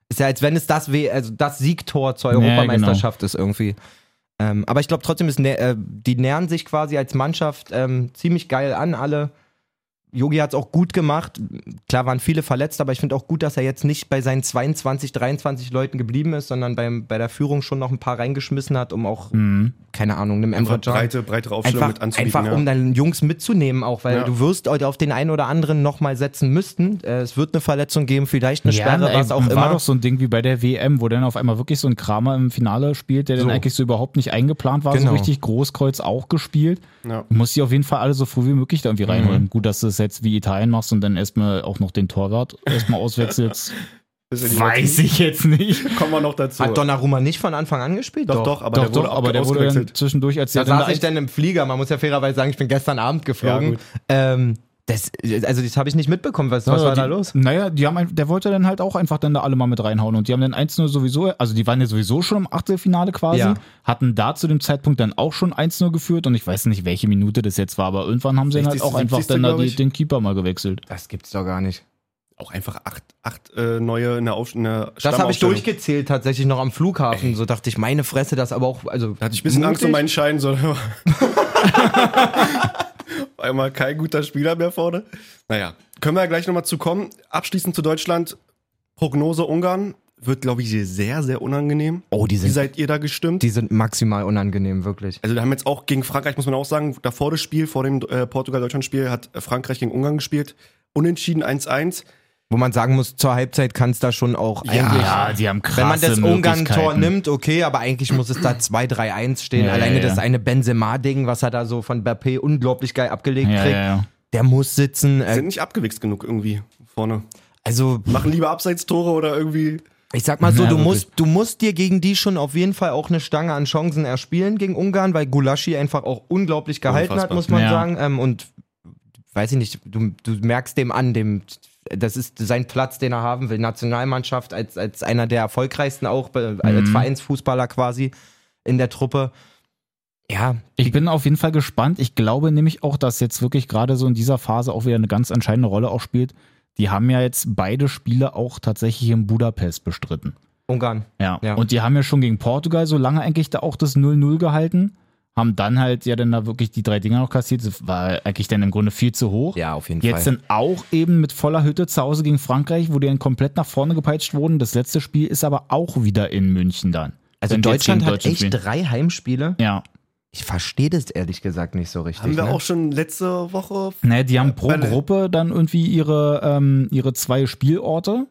Speaker 7: Ist ja, als wenn es das, We also das Siegtor zur
Speaker 4: Ja, genau.
Speaker 7: Europameisterschaft ist irgendwie. Ähm, aber ich glaube trotzdem, ist, nä- äh, die nähern sich quasi als Mannschaft ähm, ziemlich geil an, alle. Yogi hat es auch gut gemacht. Klar waren viele verletzt, aber ich finde auch gut, dass er jetzt nicht bei seinen 22, 23 Leuten geblieben ist, sondern beim, bei der Führung schon noch ein paar reingeschmissen hat, um auch,
Speaker 4: Mhm.
Speaker 7: keine Ahnung, einem Emre
Speaker 5: Einfach
Speaker 7: Can
Speaker 5: breite, breitere Aufstellung
Speaker 7: einfach,
Speaker 5: mit anzubieten.
Speaker 7: einfach
Speaker 5: ja.
Speaker 7: um deinen Jungs mitzunehmen auch, weil
Speaker 5: Ja.
Speaker 7: du wirst heute auf den einen oder anderen nochmal setzen müssten. Äh, Es wird eine Verletzung geben, vielleicht eine Sperre,
Speaker 4: ne, ey,
Speaker 7: was auch
Speaker 4: war
Speaker 7: immer.
Speaker 4: doch so ein Ding wie bei der WM, wo dann auf einmal wirklich so ein Kramer im Finale spielt, der
Speaker 7: So.
Speaker 4: dann eigentlich so überhaupt nicht eingeplant war,
Speaker 7: Genau.
Speaker 4: so richtig Großkreuz auch gespielt.
Speaker 5: Ja.
Speaker 4: Muss die auf jeden Fall alle so früh wie möglich da irgendwie
Speaker 7: Mhm.
Speaker 4: reinholen. Gut, dass du es jetzt wie Italien machst und dann erstmal auch noch den Torwart erstmal auswechselst.
Speaker 5: Bisschen die-
Speaker 4: Weiß ich jetzt nicht.
Speaker 5: Kommen wir noch dazu.
Speaker 7: Hat Donnarumma nicht von Anfang an gespielt?
Speaker 5: doch, doch, aber
Speaker 4: doch,
Speaker 5: der wurde
Speaker 4: doch, aber der wurde dann
Speaker 5: ausgewechselt.
Speaker 4: zwischendurch, als
Speaker 7: Da
Speaker 4: der dann
Speaker 7: saß ich
Speaker 4: da-
Speaker 7: dann im Flieger. Man muss ja fairerweise sagen, ich bin gestern Abend geflogen.
Speaker 5: gut.
Speaker 7: ähm, das, also das habe ich nicht mitbekommen. Was, was
Speaker 4: Ja,
Speaker 7: war
Speaker 4: die,
Speaker 7: da los?
Speaker 4: Naja, die haben, ein- der wollte dann halt auch einfach dann da alle mal mit reinhauen. Und die haben dann 1-0 sowieso, also die waren ja sowieso schon im Achtelfinale quasi,
Speaker 7: Ja.
Speaker 4: hatten da zu dem Zeitpunkt dann auch schon 1-0 geführt. Und ich weiß nicht, welche Minute das jetzt war, aber irgendwann haben sie dann halt
Speaker 5: 60.,
Speaker 4: auch einfach
Speaker 5: 70.,
Speaker 4: dann da
Speaker 5: glaub
Speaker 4: die,
Speaker 5: ich.
Speaker 4: den Keeper mal gewechselt.
Speaker 7: Das gibt's doch gar nicht.
Speaker 5: Auch einfach acht, acht äh, neue in der, Auf in der
Speaker 7: Das habe ich
Speaker 5: Stammaufstellung.
Speaker 7: durchgezählt tatsächlich noch am Flughafen. So dachte ich, meine Fresse, das aber auch. Also
Speaker 5: Da hatte ich ein bisschen Angst um
Speaker 7: mutig.
Speaker 5: meinen Schein. So. Auf Einmal kein guter Spieler mehr vorne. Naja, können wir ja gleich nochmal zu kommen. Abschließend zu Deutschland. Prognose Ungarn wird, glaube ich, sehr, sehr unangenehm.
Speaker 7: Oh, die
Speaker 5: Wie
Speaker 7: sind,
Speaker 5: seid ihr da gestimmt?
Speaker 7: die sind maximal unangenehm, wirklich.
Speaker 5: Also, da haben jetzt auch gegen Frankreich, muss man auch sagen, davor das Spiel, vor dem äh, Portugal-Deutschland-Spiel, hat äh, Frankreich gegen Ungarn gespielt. Unentschieden 1-1.
Speaker 7: Wo man sagen muss, zur Halbzeit kann es da schon auch eigentlich.
Speaker 4: ja, die haben krasse
Speaker 7: Wenn man das Ungarn-Tor
Speaker 4: Möglichkeiten.
Speaker 7: nimmt, okay, aber eigentlich muss es da 2-3-1 stehen.
Speaker 4: Ja,
Speaker 7: Alleine
Speaker 4: ja, ja.
Speaker 7: das eine Benzema-Ding, was er da so von Bappé unglaublich geil abgelegt
Speaker 4: Ja, ja,
Speaker 7: kriegt,
Speaker 4: ja.
Speaker 7: der muss sitzen. Äh,
Speaker 5: Sind nicht abgewichst genug irgendwie vorne.
Speaker 7: Also,
Speaker 5: Machen lieber Abseits-Tore oder irgendwie.
Speaker 7: ich sag mal so,
Speaker 4: Ja,
Speaker 7: du,
Speaker 4: wirklich.
Speaker 7: musst, du musst dir gegen die schon auf jeden Fall auch eine Stange an Chancen erspielen gegen Ungarn, weil Gulaschi einfach auch unglaublich gehalten hat,
Speaker 5: Unfassbar.
Speaker 7: muss man
Speaker 4: Ja.
Speaker 7: sagen. Ähm, und weiß ich nicht, du, du merkst dem an, dem das ist sein Platz, den er haben will. Nationalmannschaft als, als einer der erfolgreichsten auch, äh,
Speaker 4: Mhm.
Speaker 7: als Vereinsfußballer quasi in der Truppe. Ja,
Speaker 4: Ich bin auf jeden Fall gespannt. Ich glaube nämlich auch, dass jetzt wirklich gerade so in dieser Phase auch wieder eine ganz entscheidende Rolle auch spielt. Die haben ja jetzt beide Spiele auch tatsächlich in Budapest bestritten.
Speaker 7: Ungarn.
Speaker 4: Ja.
Speaker 7: Ja.
Speaker 4: Und die haben ja schon gegen Portugal so lange eigentlich da auch das 0-0 gehalten. Haben dann halt ja dann da wirklich die drei Dinger noch kassiert. Das war eigentlich dann im Grunde viel zu hoch.
Speaker 7: Ja, auf jeden
Speaker 4: Jetzt
Speaker 7: Fall.
Speaker 4: dann auch eben mit voller Hütte zu Hause gegen Frankreich, wo die dann komplett nach vorne gepeitscht wurden. Das letzte Spiel ist aber auch wieder in München dann.
Speaker 7: Also
Speaker 4: Wenn die jetzt
Speaker 7: Deutschland
Speaker 4: gegen
Speaker 7: hat echt
Speaker 4: spielen.
Speaker 7: drei Heimspiele.
Speaker 4: Ja.
Speaker 7: Ich verstehe das ehrlich gesagt nicht so richtig.
Speaker 5: Haben wir
Speaker 7: ne?
Speaker 5: auch schon letzte Woche
Speaker 4: Ne, die haben pro
Speaker 5: Weil-
Speaker 4: Gruppe dann irgendwie ihre, ähm, ihre zwei Spielorte.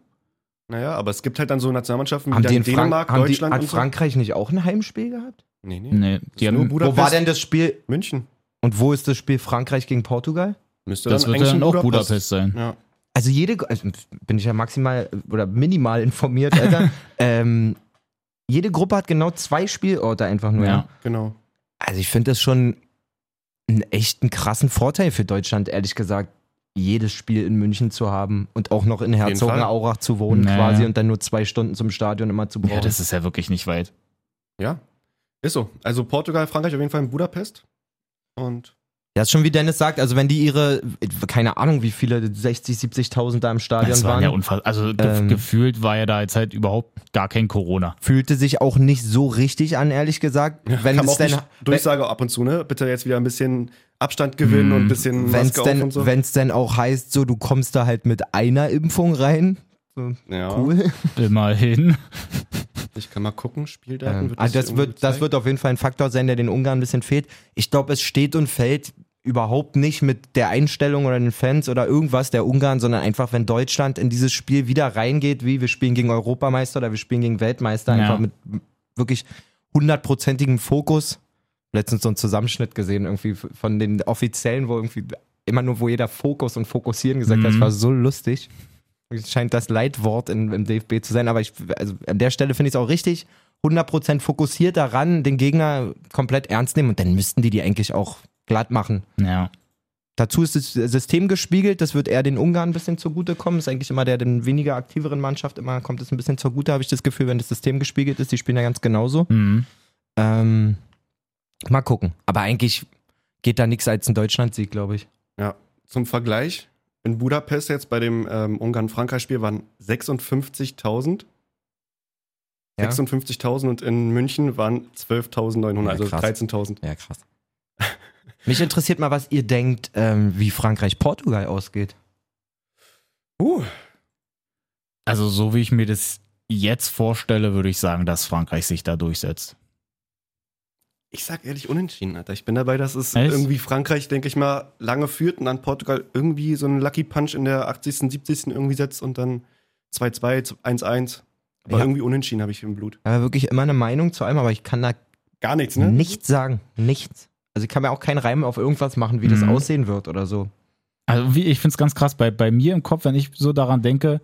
Speaker 5: Naja, aber es gibt halt dann so Nationalmannschaften wie
Speaker 7: Haben die
Speaker 5: dann
Speaker 7: in Frank
Speaker 5: Dänemark,
Speaker 7: haben die,
Speaker 5: Deutschland
Speaker 7: hat
Speaker 5: und so.
Speaker 7: Frankreich nicht auch ein Heimspiel gehabt?
Speaker 5: Nee, nee.
Speaker 4: Nee, Ne, die haben,
Speaker 5: nur
Speaker 7: Wo war denn das Spiel?
Speaker 5: München.
Speaker 7: Und wo ist das Spiel Frankreich gegen Portugal?
Speaker 5: Müsste
Speaker 4: das wird
Speaker 5: eigentlich
Speaker 4: dann
Speaker 5: in
Speaker 4: auch Budapest sein.
Speaker 5: Ja.
Speaker 7: Also jede, also bin ich ja maximal oder minimal informiert, Alter. ähm, jede Gruppe hat genau zwei Spielorte einfach nur.
Speaker 4: Ja.
Speaker 5: Genau.
Speaker 7: Also ich finde das schon einen echten krassen Vorteil für Deutschland, ehrlich gesagt. jedes Spiel in München zu haben und auch noch in Herzogenaurach zu wohnen
Speaker 4: Naja.
Speaker 7: quasi und dann nur zwei Stunden zum Stadion immer zu brauchen.
Speaker 4: Ja, das ist ja wirklich nicht weit.
Speaker 5: Ja, ist so. Also Portugal, Frankreich auf jeden Fall in Budapest. Und
Speaker 7: Ja, ist schon wie Dennis sagt, also wenn die ihre, keine Ahnung, wie viele, 60, 70.000 da im Stadion
Speaker 4: Das war
Speaker 7: waren,
Speaker 4: ja unfassbar. Also ge
Speaker 7: Ähm.
Speaker 4: gefühlt war ja da jetzt halt überhaupt gar kein Corona.
Speaker 7: fühlte sich auch nicht so richtig an, ehrlich gesagt. Wenn
Speaker 5: kam
Speaker 7: es
Speaker 5: auch
Speaker 7: denn,
Speaker 5: die Durchsage ab und zu, ne? Bitte jetzt wieder ein bisschen Abstand gewinnen und ein bisschen
Speaker 7: Hm. wenn's
Speaker 5: Maske auf
Speaker 7: denn,
Speaker 5: und so.
Speaker 7: wenn's denn auch heißt, so du kommst da halt mit einer Impfung rein,
Speaker 5: ja,
Speaker 7: cool.
Speaker 4: Immerhin.
Speaker 5: Ich kann mal gucken, Spieldaten.
Speaker 7: Ähm, ah, das,
Speaker 5: hier
Speaker 7: wird, das
Speaker 5: irgendwie
Speaker 7: wird auf jeden Fall ein Faktor sein, der den Ungarn ein bisschen fehlt. Ich glaube, es steht und fällt überhaupt nicht mit der Einstellung oder den Fans oder irgendwas der Ungarn, sondern einfach, wenn Deutschland in dieses Spiel wieder reingeht, wie wir spielen gegen Europameister oder wir spielen gegen Weltmeister,
Speaker 4: Ja.
Speaker 7: einfach mit wirklich hundertprozentigem Fokus. Letztens so einen Zusammenschnitt gesehen, irgendwie von den Offiziellen, wo irgendwie immer nur, wo jeder Fokus und Fokussieren gesagt hat. Das war so lustig. Es scheint das Leitwort in, im DFB zu sein, aber ich, also an der Stelle finde ich es auch richtig. 100% fokussiert daran, den Gegner komplett ernst nehmen und dann müssten die die eigentlich auch glatt machen.
Speaker 4: Ja.
Speaker 7: Dazu ist das System gespiegelt, das wird eher den Ungarn ein bisschen zugutekommen. Ist eigentlich immer der den weniger aktiveren Mannschaft, immer kommt es ein bisschen zugute, habe ich das Gefühl, wenn das System gespiegelt ist. Die spielen ja ganz genauso.
Speaker 4: Mhm.
Speaker 7: Ähm, mal gucken. Aber eigentlich geht da nichts als ein Deutschlandsieg, glaube ich.
Speaker 5: Zum Vergleich, in Budapest jetzt bei dem ähm, Ungarn-Frankreich-Spiel waren 56.000.
Speaker 7: Ja?
Speaker 5: 56.000 und in München waren 12.900,
Speaker 7: Ja,
Speaker 5: also
Speaker 7: krass.
Speaker 5: 13.000.
Speaker 7: Ja, krass. Mich interessiert mal, was ihr denkt, ähm, wie Frankreich-Portugal ausgeht.
Speaker 5: Uh,
Speaker 4: Also so wie ich mir das jetzt vorstelle, würde ich sagen, dass Frankreich sich da durchsetzt.
Speaker 5: ich sag ehrlich unentschieden, Alter. Ich bin dabei, dass es
Speaker 4: Echt?
Speaker 5: irgendwie Frankreich, denke ich mal, lange führt und dann Portugal irgendwie so einen Lucky Punch in der 80., 70. irgendwie setzt und dann 2-2, 1-1. Aber
Speaker 7: Ja.
Speaker 5: irgendwie unentschieden habe ich im Blut.
Speaker 7: Ich habe wirklich immer eine Meinung zu allem, aber ich kann da
Speaker 5: Gar nichts, ne?
Speaker 7: nichts sagen. Nichts. Also ich kann mir auch keinen Reim auf irgendwas machen, wie das
Speaker 4: Mhm.
Speaker 7: aussehen wird oder so.
Speaker 4: Also wie, ich finde es ganz krass, bei, bei mir im Kopf, wenn ich so daran denke,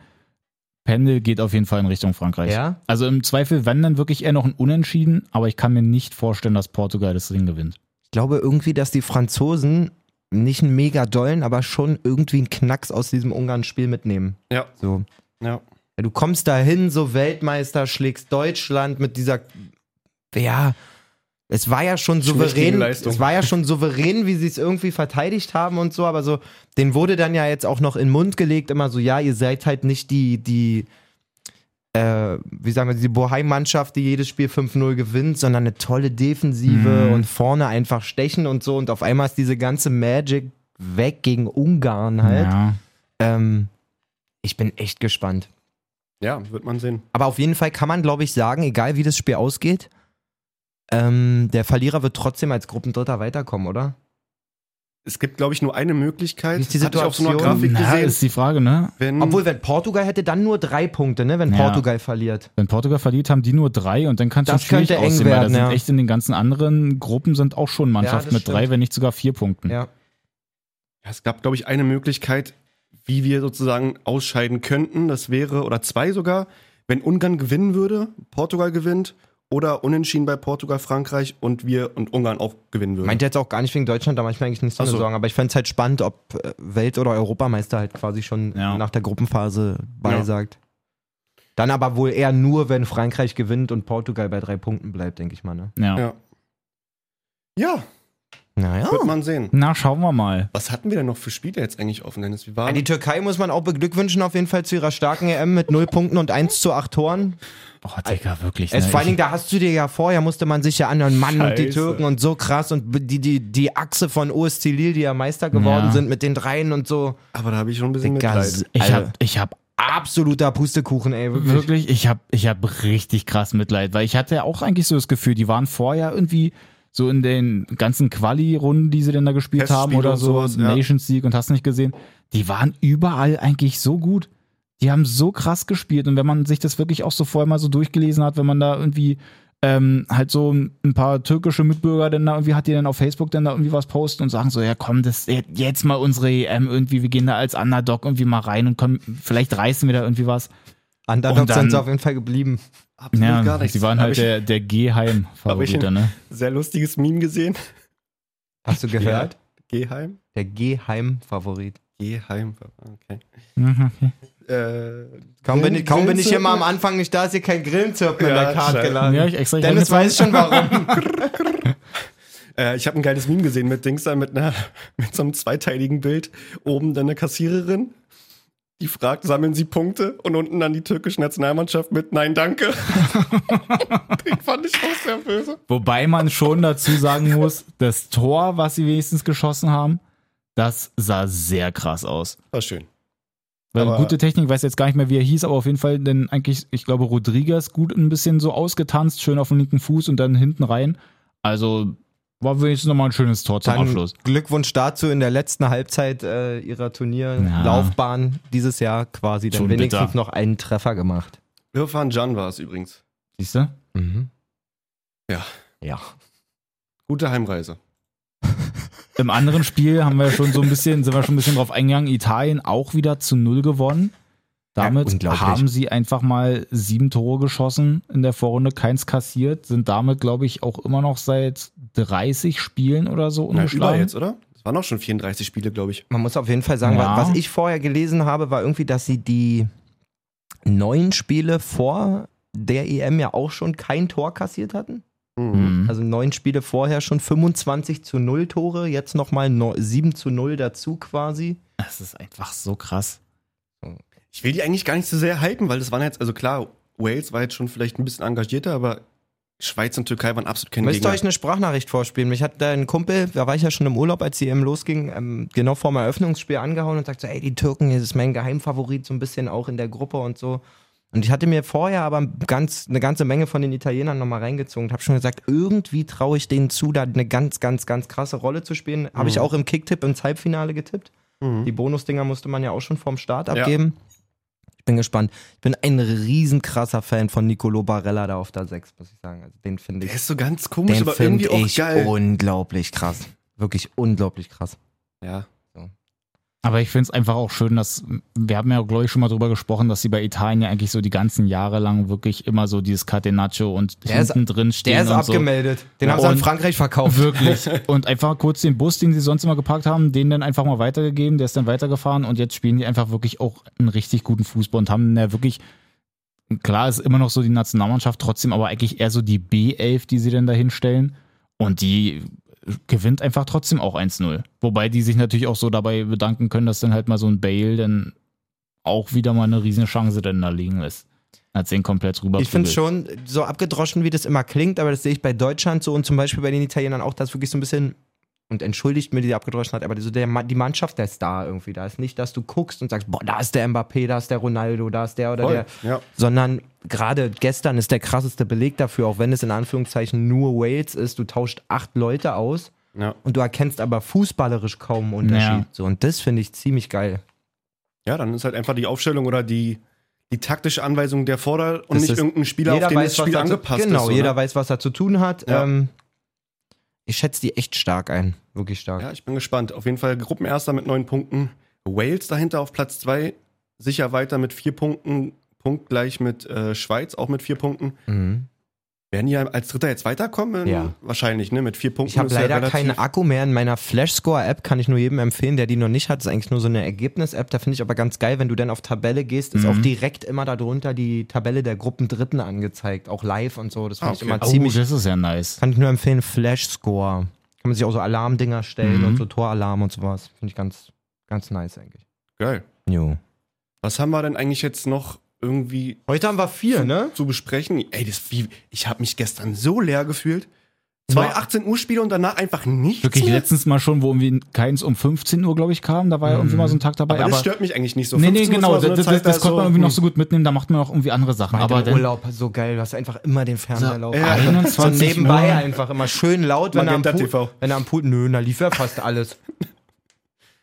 Speaker 4: Pendel geht auf jeden Fall in Richtung Frankreich.
Speaker 7: Ja?
Speaker 4: Also im Zweifel, wenn dann wirklich eher noch ein Unentschieden, aber ich kann mir nicht vorstellen, dass Portugal das Ding gewinnt.
Speaker 7: Ich glaube irgendwie, dass die Franzosen nicht einen mega dollen, aber schon irgendwie einen Knacks aus diesem Ungarn-Spiel mitnehmen.
Speaker 5: Ja.
Speaker 7: So.
Speaker 5: Ja.
Speaker 7: Ja, Du kommst dahin, so Weltmeister, schlägst Deutschland mit dieser. Ja, es war ja schon
Speaker 5: Schmächtige
Speaker 7: souverän.
Speaker 5: Leistung.
Speaker 7: Es war ja schon souverän, wie sie es irgendwie verteidigt haben und so, aber so, den wurde dann ja jetzt auch noch in den Mund gelegt, immer so, ja, ihr seid halt nicht die, die, äh, wie sagen wir, die Boheim-Mannschaft, die jedes Spiel 5-0 gewinnt, sondern eine tolle Defensive und vorne einfach stechen und so. Und auf einmal ist diese ganze Magic weg gegen Ungarn halt.
Speaker 4: Ja.
Speaker 7: Ähm, ich bin echt gespannt.
Speaker 5: Ja, wird man sehen.
Speaker 7: Aber auf jeden Fall kann man, glaube ich, sagen, egal wie das Spiel ausgeht, ähm, der Verlierer wird trotzdem als Gruppendritter weiterkommen, oder?
Speaker 5: Es gibt, glaube ich, nur eine Möglichkeit.
Speaker 7: Wie ist die
Speaker 5: Hatte ich auf so einer
Speaker 7: Situation?
Speaker 5: Grafik
Speaker 4: Na,
Speaker 5: gesehen.
Speaker 4: ist die Frage, ne?
Speaker 5: Wenn,
Speaker 7: Obwohl, wenn Portugal hätte, dann nur drei Punkte, ne? Wenn
Speaker 4: Ja.
Speaker 7: Portugal verliert.
Speaker 4: Wenn Portugal verliert, haben die nur drei und dann kann es schon
Speaker 7: Das
Speaker 4: schwierig
Speaker 7: könnte eng
Speaker 4: aussehen, weil da
Speaker 7: werden,
Speaker 4: sind
Speaker 7: ja.
Speaker 4: echt in den ganzen anderen Gruppen sind auch schon Mannschaften
Speaker 7: Ja, das
Speaker 4: mit drei,
Speaker 7: stimmt.
Speaker 4: wenn nicht sogar vier Punkten.
Speaker 7: Ja.
Speaker 5: Ja, es gab, glaube ich, eine Möglichkeit, wie wir sozusagen ausscheiden könnten. Das wäre, oder zwei sogar, wenn Ungarn gewinnen würde, Portugal gewinnt oder unentschieden bei Portugal, Frankreich und wir und Ungarn auch gewinnen würden.
Speaker 7: Meint jetzt auch gar nicht wegen Deutschland, da mache ich mir eigentlich nicht so eine
Speaker 5: Ach so.
Speaker 7: Sorgen. Aber ich fände es halt spannend, ob äh, Welt- oder Europameister halt quasi schon
Speaker 4: Ja.
Speaker 7: nach der Gruppenphase
Speaker 5: Ja.
Speaker 7: beisagt. Dann aber wohl eher nur, wenn Frankreich gewinnt und Portugal bei drei Punkten bleibt, denke ich mal, ne?
Speaker 4: Ja.
Speaker 5: Ja. ja,
Speaker 7: Naja.
Speaker 5: wird man sehen.
Speaker 4: Na, schauen wir mal.
Speaker 5: Was hatten wir denn noch für Spiele jetzt eigentlich offen, Dennis? Wir
Speaker 7: Ja,
Speaker 5: waren
Speaker 7: Die Türkei muss man auch beglückwünschen, auf jeden Fall zu ihrer starken EM mit 0 Punkten und 1 zu 8 Toren.
Speaker 4: Oh, Digga, wirklich.
Speaker 7: Es,
Speaker 4: ne?
Speaker 7: vor allen
Speaker 4: Ich-
Speaker 7: Dingen, da hast du dir ja vorher, musste man sich ja anhören, Mann und die
Speaker 4: Scheiße.
Speaker 7: Türken und so krass und die, die, die Achse von OSC Lille, die ja Meister geworden
Speaker 4: Ja.
Speaker 7: sind mit den Dreien und so.
Speaker 5: aber da habe ich schon ein bisschen
Speaker 7: Digga,
Speaker 5: Mitleid.
Speaker 4: ich
Speaker 7: Alter,
Speaker 4: habe ich hab
Speaker 7: absoluter Pustekuchen, ey. Wirklich.
Speaker 4: Wirklich, ich habe ich hab richtig krass Mitleid, weil ich hatte ja auch eigentlich so das Gefühl, die waren vorher irgendwie so in den ganzen Quali-Runden, die sie denn da gespielt haben
Speaker 5: Testspiele
Speaker 4: oder
Speaker 5: und
Speaker 4: so,
Speaker 5: sowas, ja.
Speaker 4: Nations League und hast nicht gesehen, die waren überall eigentlich so gut. Die haben so krass gespielt und wenn man sich das wirklich auch so vorher mal so durchgelesen hat, wenn man da irgendwie ähm, halt so ein paar türkische Mitbürger dann da irgendwie hat die dann auf Facebook dann da irgendwie was posten und sagen so, ja komm, das jetzt mal unsere EM irgendwie, wir gehen da als Underdog irgendwie mal rein und kommen, vielleicht reißen wir da irgendwie was.
Speaker 7: Underdogs
Speaker 4: Und dann-
Speaker 7: sind sie auf jeden Fall geblieben.
Speaker 5: Absolut
Speaker 4: Ja,
Speaker 5: gar nichts.
Speaker 4: sie waren
Speaker 5: Hab
Speaker 4: halt
Speaker 5: ich
Speaker 4: der, der Geheim-Favorit,
Speaker 5: Hab ich-
Speaker 4: ne?
Speaker 5: ein sehr lustiges Meme gesehen.
Speaker 7: Hast du gehört?
Speaker 5: Geheim.
Speaker 7: Der Geheim-Favorit.
Speaker 5: Geheim. Okay. Äh,
Speaker 7: Mhm, Kaum bin, ich- kaum bin ich hier mal am
Speaker 5: Anfang.
Speaker 7: Anfang nicht da, ist hier kein Grillenzirpen in
Speaker 5: Ja,
Speaker 7: der Karte
Speaker 5: scheiße.
Speaker 7: geladen.
Speaker 4: Ja, ich extra nicht
Speaker 7: Dennis
Speaker 4: angefangen.
Speaker 7: weiß schon warum.
Speaker 5: Äh, ich habe ein geiles Meme gesehen mit Dings da, mit, einer, mit so einem zweiteiligen Bild. Oben dann eine Kassiererin, die fragt, sammeln Sie Punkte? Und unten dann die türkische Nationalmannschaft mit Nein, danke. Den fand ich auch sehr böse.
Speaker 4: Wobei man schon dazu sagen muss, das Tor, was sie wenigstens geschossen haben, das sah sehr krass aus.
Speaker 5: War schön.
Speaker 4: Weil
Speaker 5: Aber-
Speaker 4: gute Technik, weiß jetzt gar nicht mehr, wie er hieß, aber auf jeden Fall, denn eigentlich, ich glaube, Rodriguez gut ein bisschen so ausgetanzt, schön auf dem linken Fuß und dann hinten rein. Also war wenigstens nochmal ein schönes Tor zum Abschluss.
Speaker 7: Glückwunsch dazu in der letzten Halbzeit äh, ihrer Turnierlaufbahn dieses Jahr quasi dann
Speaker 4: Schon
Speaker 7: wenigstens
Speaker 4: bitter.
Speaker 7: noch einen Treffer gemacht.
Speaker 5: Irfan Can war es übrigens.
Speaker 4: Siehst du? Mhm.
Speaker 5: Ja.
Speaker 7: Ja.
Speaker 5: Gute Heimreise.
Speaker 4: Im anderen Spiel haben wir schon so ein bisschen, sind wir schon ein bisschen drauf eingegangen. Italien auch wieder zu null gewonnen.
Speaker 7: Ja,
Speaker 4: Damit
Speaker 7: unglaublich.
Speaker 4: haben sie einfach mal sieben Tore geschossen in der Vorrunde, keins kassiert, sind damit, glaube ich, auch immer noch seit 30 Spielen oder so
Speaker 5: Na, über
Speaker 4: ungeschlagen.
Speaker 5: jetzt, oder? Es waren auch schon 34 Spiele, glaube ich.
Speaker 7: Man muss auf jeden Fall sagen,
Speaker 4: Ja.
Speaker 7: wa- was ich vorher gelesen habe, war irgendwie, dass sie die neun Spiele vor der EM ja auch schon kein Tor kassiert hatten.
Speaker 5: Hm.
Speaker 4: Mhm.
Speaker 7: Also neun Spiele vorher schon 25 zu 0 Tore, jetzt nochmal 7 zu 0 dazu quasi.
Speaker 4: Das ist einfach so krass.
Speaker 5: Ich will die eigentlich gar nicht so sehr hypen, weil das waren jetzt, also klar, Wales war jetzt schon vielleicht ein bisschen engagierter, aber Schweiz und Türkei waren absolut keine
Speaker 7: Müsst ihr
Speaker 5: Gegner.
Speaker 7: euch eine Sprachnachricht vorspielen. Mich hat da ein Kumpel, da war ich ja schon im Urlaub, als die EM losging, ähm, genau vor meinem Eröffnungsspiel angehauen und sagte so, ey, die Türken, das ist mein Geheimfavorit, so ein bisschen auch in der Gruppe und so. Und ich hatte mir vorher aber ganz, eine ganze Menge von den Italienern nochmal reingezogen und habe schon gesagt, irgendwie traue ich denen zu, da eine ganz, ganz, ganz krasse Rolle zu spielen. Habe ich auch im Kicktipp ins Halbfinale getippt. Die Bonusdinger musste man ja auch schon vorm Start abgeben. Ich bin gespannt. Ich bin ein riesen krasser Fan von Nicolo Barella da auf der 6, muss ich sagen. Also den finde ich
Speaker 5: Der ist so ganz komisch,
Speaker 7: den
Speaker 5: aber irgendwie
Speaker 7: finde
Speaker 5: auch
Speaker 7: ich
Speaker 5: geil.
Speaker 7: unglaublich krass. Wirklich unglaublich krass.
Speaker 5: Ja.
Speaker 4: Aber ich finde es einfach auch schön, dass wir haben ja, glaube ich, schon mal drüber gesprochen, dass sie bei Italien ja eigentlich so die ganzen Jahre lang wirklich immer so dieses Catenaccio und
Speaker 7: Der ist-
Speaker 4: hinten drin stehen.
Speaker 7: Der ist
Speaker 4: und So.
Speaker 7: abgemeldet. Den haben sie
Speaker 4: Und-
Speaker 7: an Frankreich verkauft.
Speaker 4: Wirklich. Und einfach kurz den Bus, den sie sonst immer geparkt haben, den dann einfach mal weitergegeben, der ist dann weitergefahren und jetzt spielen die einfach wirklich auch einen richtig guten Fußball und haben ja wirklich, klar ist immer noch so die Nationalmannschaft, trotzdem aber eigentlich eher so die B11, die sie dann da hinstellen und die gewinnt einfach trotzdem auch 1-0. Wobei die sich natürlich auch so dabei bedanken können, dass dann halt mal so ein Bale dann auch wieder mal eine riesen Chance dann da liegen lässt. Als den komplett rüber.
Speaker 7: Ich finde schon, so abgedroschen, wie das immer klingt, aber das sehe ich bei Deutschland so und zum Beispiel bei den Italienern auch, dass wirklich so ein bisschen, und entschuldigt mir die Abgedroschenheit, aber so der, Ma- die Mannschaft der Star irgendwie da ist. Nicht, dass du guckst und sagst, boah, da ist der Mbappé, da ist der Ronaldo, da ist der oder
Speaker 5: Voll,
Speaker 7: der.
Speaker 5: ja.
Speaker 7: Sondern gerade gestern ist der krasseste Beleg dafür, auch wenn es in Anführungszeichen nur Wales ist, du tauscht acht Leute aus.
Speaker 5: Ja.
Speaker 7: und du erkennst aber fußballerisch kaum einen Unterschied.
Speaker 4: Ja.
Speaker 7: So, und das finde ich ziemlich geil.
Speaker 5: Ja, dann ist halt einfach die Aufstellung oder die, die taktische Anweisung der Vorder- und
Speaker 7: Das
Speaker 5: nicht
Speaker 7: ist-
Speaker 5: irgendein Spieler, auf den das Spiel
Speaker 7: was er
Speaker 5: angepasst
Speaker 7: zu, genau,
Speaker 5: ist.
Speaker 7: jeder
Speaker 5: oder?
Speaker 7: weiß, was er zu tun hat.
Speaker 5: Ja.
Speaker 7: Ähm, ich schätze die echt stark ein. Wirklich stark.
Speaker 5: Ja, ich bin gespannt. Auf jeden Fall Gruppenerster mit neun Punkten. Wales dahinter auf Platz zwei. Sicher weiter mit vier Punkten. Punkt gleich mit äh, Schweiz, auch mit vier Punkten.
Speaker 7: Mhm.
Speaker 5: Werden die als Dritter jetzt weiterkommen?
Speaker 7: Ja.
Speaker 5: Wahrscheinlich, ne? Mit vier Punkten.
Speaker 7: Ich habe
Speaker 5: ist ja
Speaker 7: leider
Speaker 5: relativ-
Speaker 7: keinen Akku mehr in meiner Flashscore-App, kann ich nur jedem empfehlen, der die noch nicht hat. Das ist eigentlich nur so eine Ergebnis-App. Da finde ich aber ganz geil, wenn du dann auf Tabelle gehst, ist
Speaker 4: Mhm.
Speaker 7: auch direkt immer darunter die Tabelle der Gruppen Dritten angezeigt. Auch live und so. Das
Speaker 5: Ah,
Speaker 7: finde ich
Speaker 5: okay.
Speaker 7: immer
Speaker 4: Oh,
Speaker 7: ziemlich
Speaker 4: das ist ja nice.
Speaker 7: Kann ich nur empfehlen, Flash-Score. Kann man sich auch so Alarmdinger stellen
Speaker 4: Mhm.
Speaker 7: und so Toralarm und sowas. Finde ich ganz, ganz nice eigentlich.
Speaker 5: Geil.
Speaker 7: Jo.
Speaker 5: Was haben wir denn eigentlich jetzt noch irgendwie
Speaker 7: Heute haben wir vier, ne?
Speaker 5: zu besprechen? Ey, das, wie, ich habe mich gestern so leer gefühlt. Zwei 18 Uhr Spiele und danach einfach nichts
Speaker 4: Wirklich
Speaker 5: mehr.
Speaker 4: letztens mal schon, wo irgendwie keins um 15 Uhr, glaube ich, kam. Da war ja irgendwie mal so ein Tag dabei.
Speaker 5: Mhm. Aber,
Speaker 4: Aber,
Speaker 5: das stört mich eigentlich nicht so.
Speaker 4: nee, nee,
Speaker 5: 15 Uhr ist
Speaker 4: genau.
Speaker 5: immer so
Speaker 4: das
Speaker 5: eine
Speaker 4: das,
Speaker 5: Zeit, da
Speaker 4: das
Speaker 5: ist
Speaker 4: konnte man irgendwie
Speaker 5: hm.
Speaker 4: noch so gut mitnehmen. Da macht man auch irgendwie andere Sachen. Aber
Speaker 7: Im
Speaker 4: dann
Speaker 7: Urlaub, so geil. Du hast einfach immer den Fernseher laufen.
Speaker 5: Ja.
Speaker 4: 21
Speaker 7: so nebenbei
Speaker 4: Uhr.
Speaker 7: einfach immer schön laut, wenn er, am
Speaker 5: Magenta
Speaker 7: Pool,
Speaker 5: TV.
Speaker 7: wenn er am Pool. Nö, da lief ja fast alles.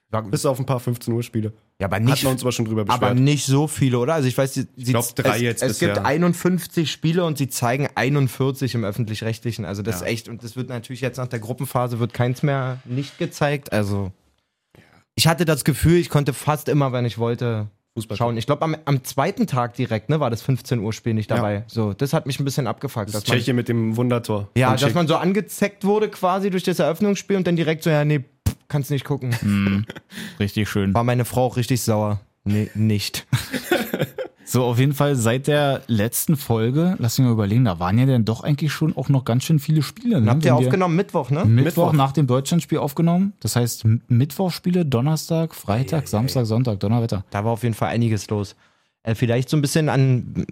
Speaker 7: War-
Speaker 5: Bis auf ein paar 15 Uhr Spiele.
Speaker 7: Ja, aber
Speaker 5: Hatten
Speaker 7: nicht,
Speaker 5: wir uns aber schon drüber
Speaker 7: aber
Speaker 5: beschwert.
Speaker 7: nicht so viele, oder? Also ich weiß, sie, ich
Speaker 5: glaub, drei
Speaker 7: es,
Speaker 5: jetzt
Speaker 7: es
Speaker 5: bisher.
Speaker 7: gibt 51 Spiele und sie zeigen 41 im öffentlich-rechtlichen. Also das ist echt und das wird natürlich jetzt nach der Gruppenphase wird keins mehr nicht gezeigt. Also ich hatte das Gefühl, ich konnte fast immer, wenn ich wollte,
Speaker 5: Fußball
Speaker 7: schauen. Ich glaube am, am zweiten Tag direkt, ne, war das 15 Uhr Spiel nicht dabei. So, das hat mich ein bisschen abgefuckt,
Speaker 5: Das
Speaker 7: dass man,
Speaker 5: Tschechien mit dem Wundertor.
Speaker 7: ja,
Speaker 5: Von
Speaker 7: dass
Speaker 5: Schick.
Speaker 7: man so angezeckt wurde quasi durch das Eröffnungsspiel und dann direkt so ja, nee, pff, kannst nicht gucken.
Speaker 5: Mhm.
Speaker 4: Richtig schön.
Speaker 7: War meine Frau auch richtig sauer. Nee, nicht.
Speaker 4: So, auf jeden Fall seit der letzten Folge, lass mich mal überlegen, da waren ja dann doch eigentlich schon auch noch ganz schön viele Spiele. Ne?
Speaker 7: Habt ihr
Speaker 4: Wenn wir
Speaker 7: aufgenommen Mittwoch,
Speaker 5: Mhm.
Speaker 7: ne?
Speaker 4: Mittwoch nach dem Deutschlandspiel aufgenommen. Das heißt, M- Mittwochspiele, Donnerstag, Freitag, Samstag, Sonntag, Donnerwetter.
Speaker 7: Da war auf jeden Fall einiges los. Äh, vielleicht so ein bisschen an.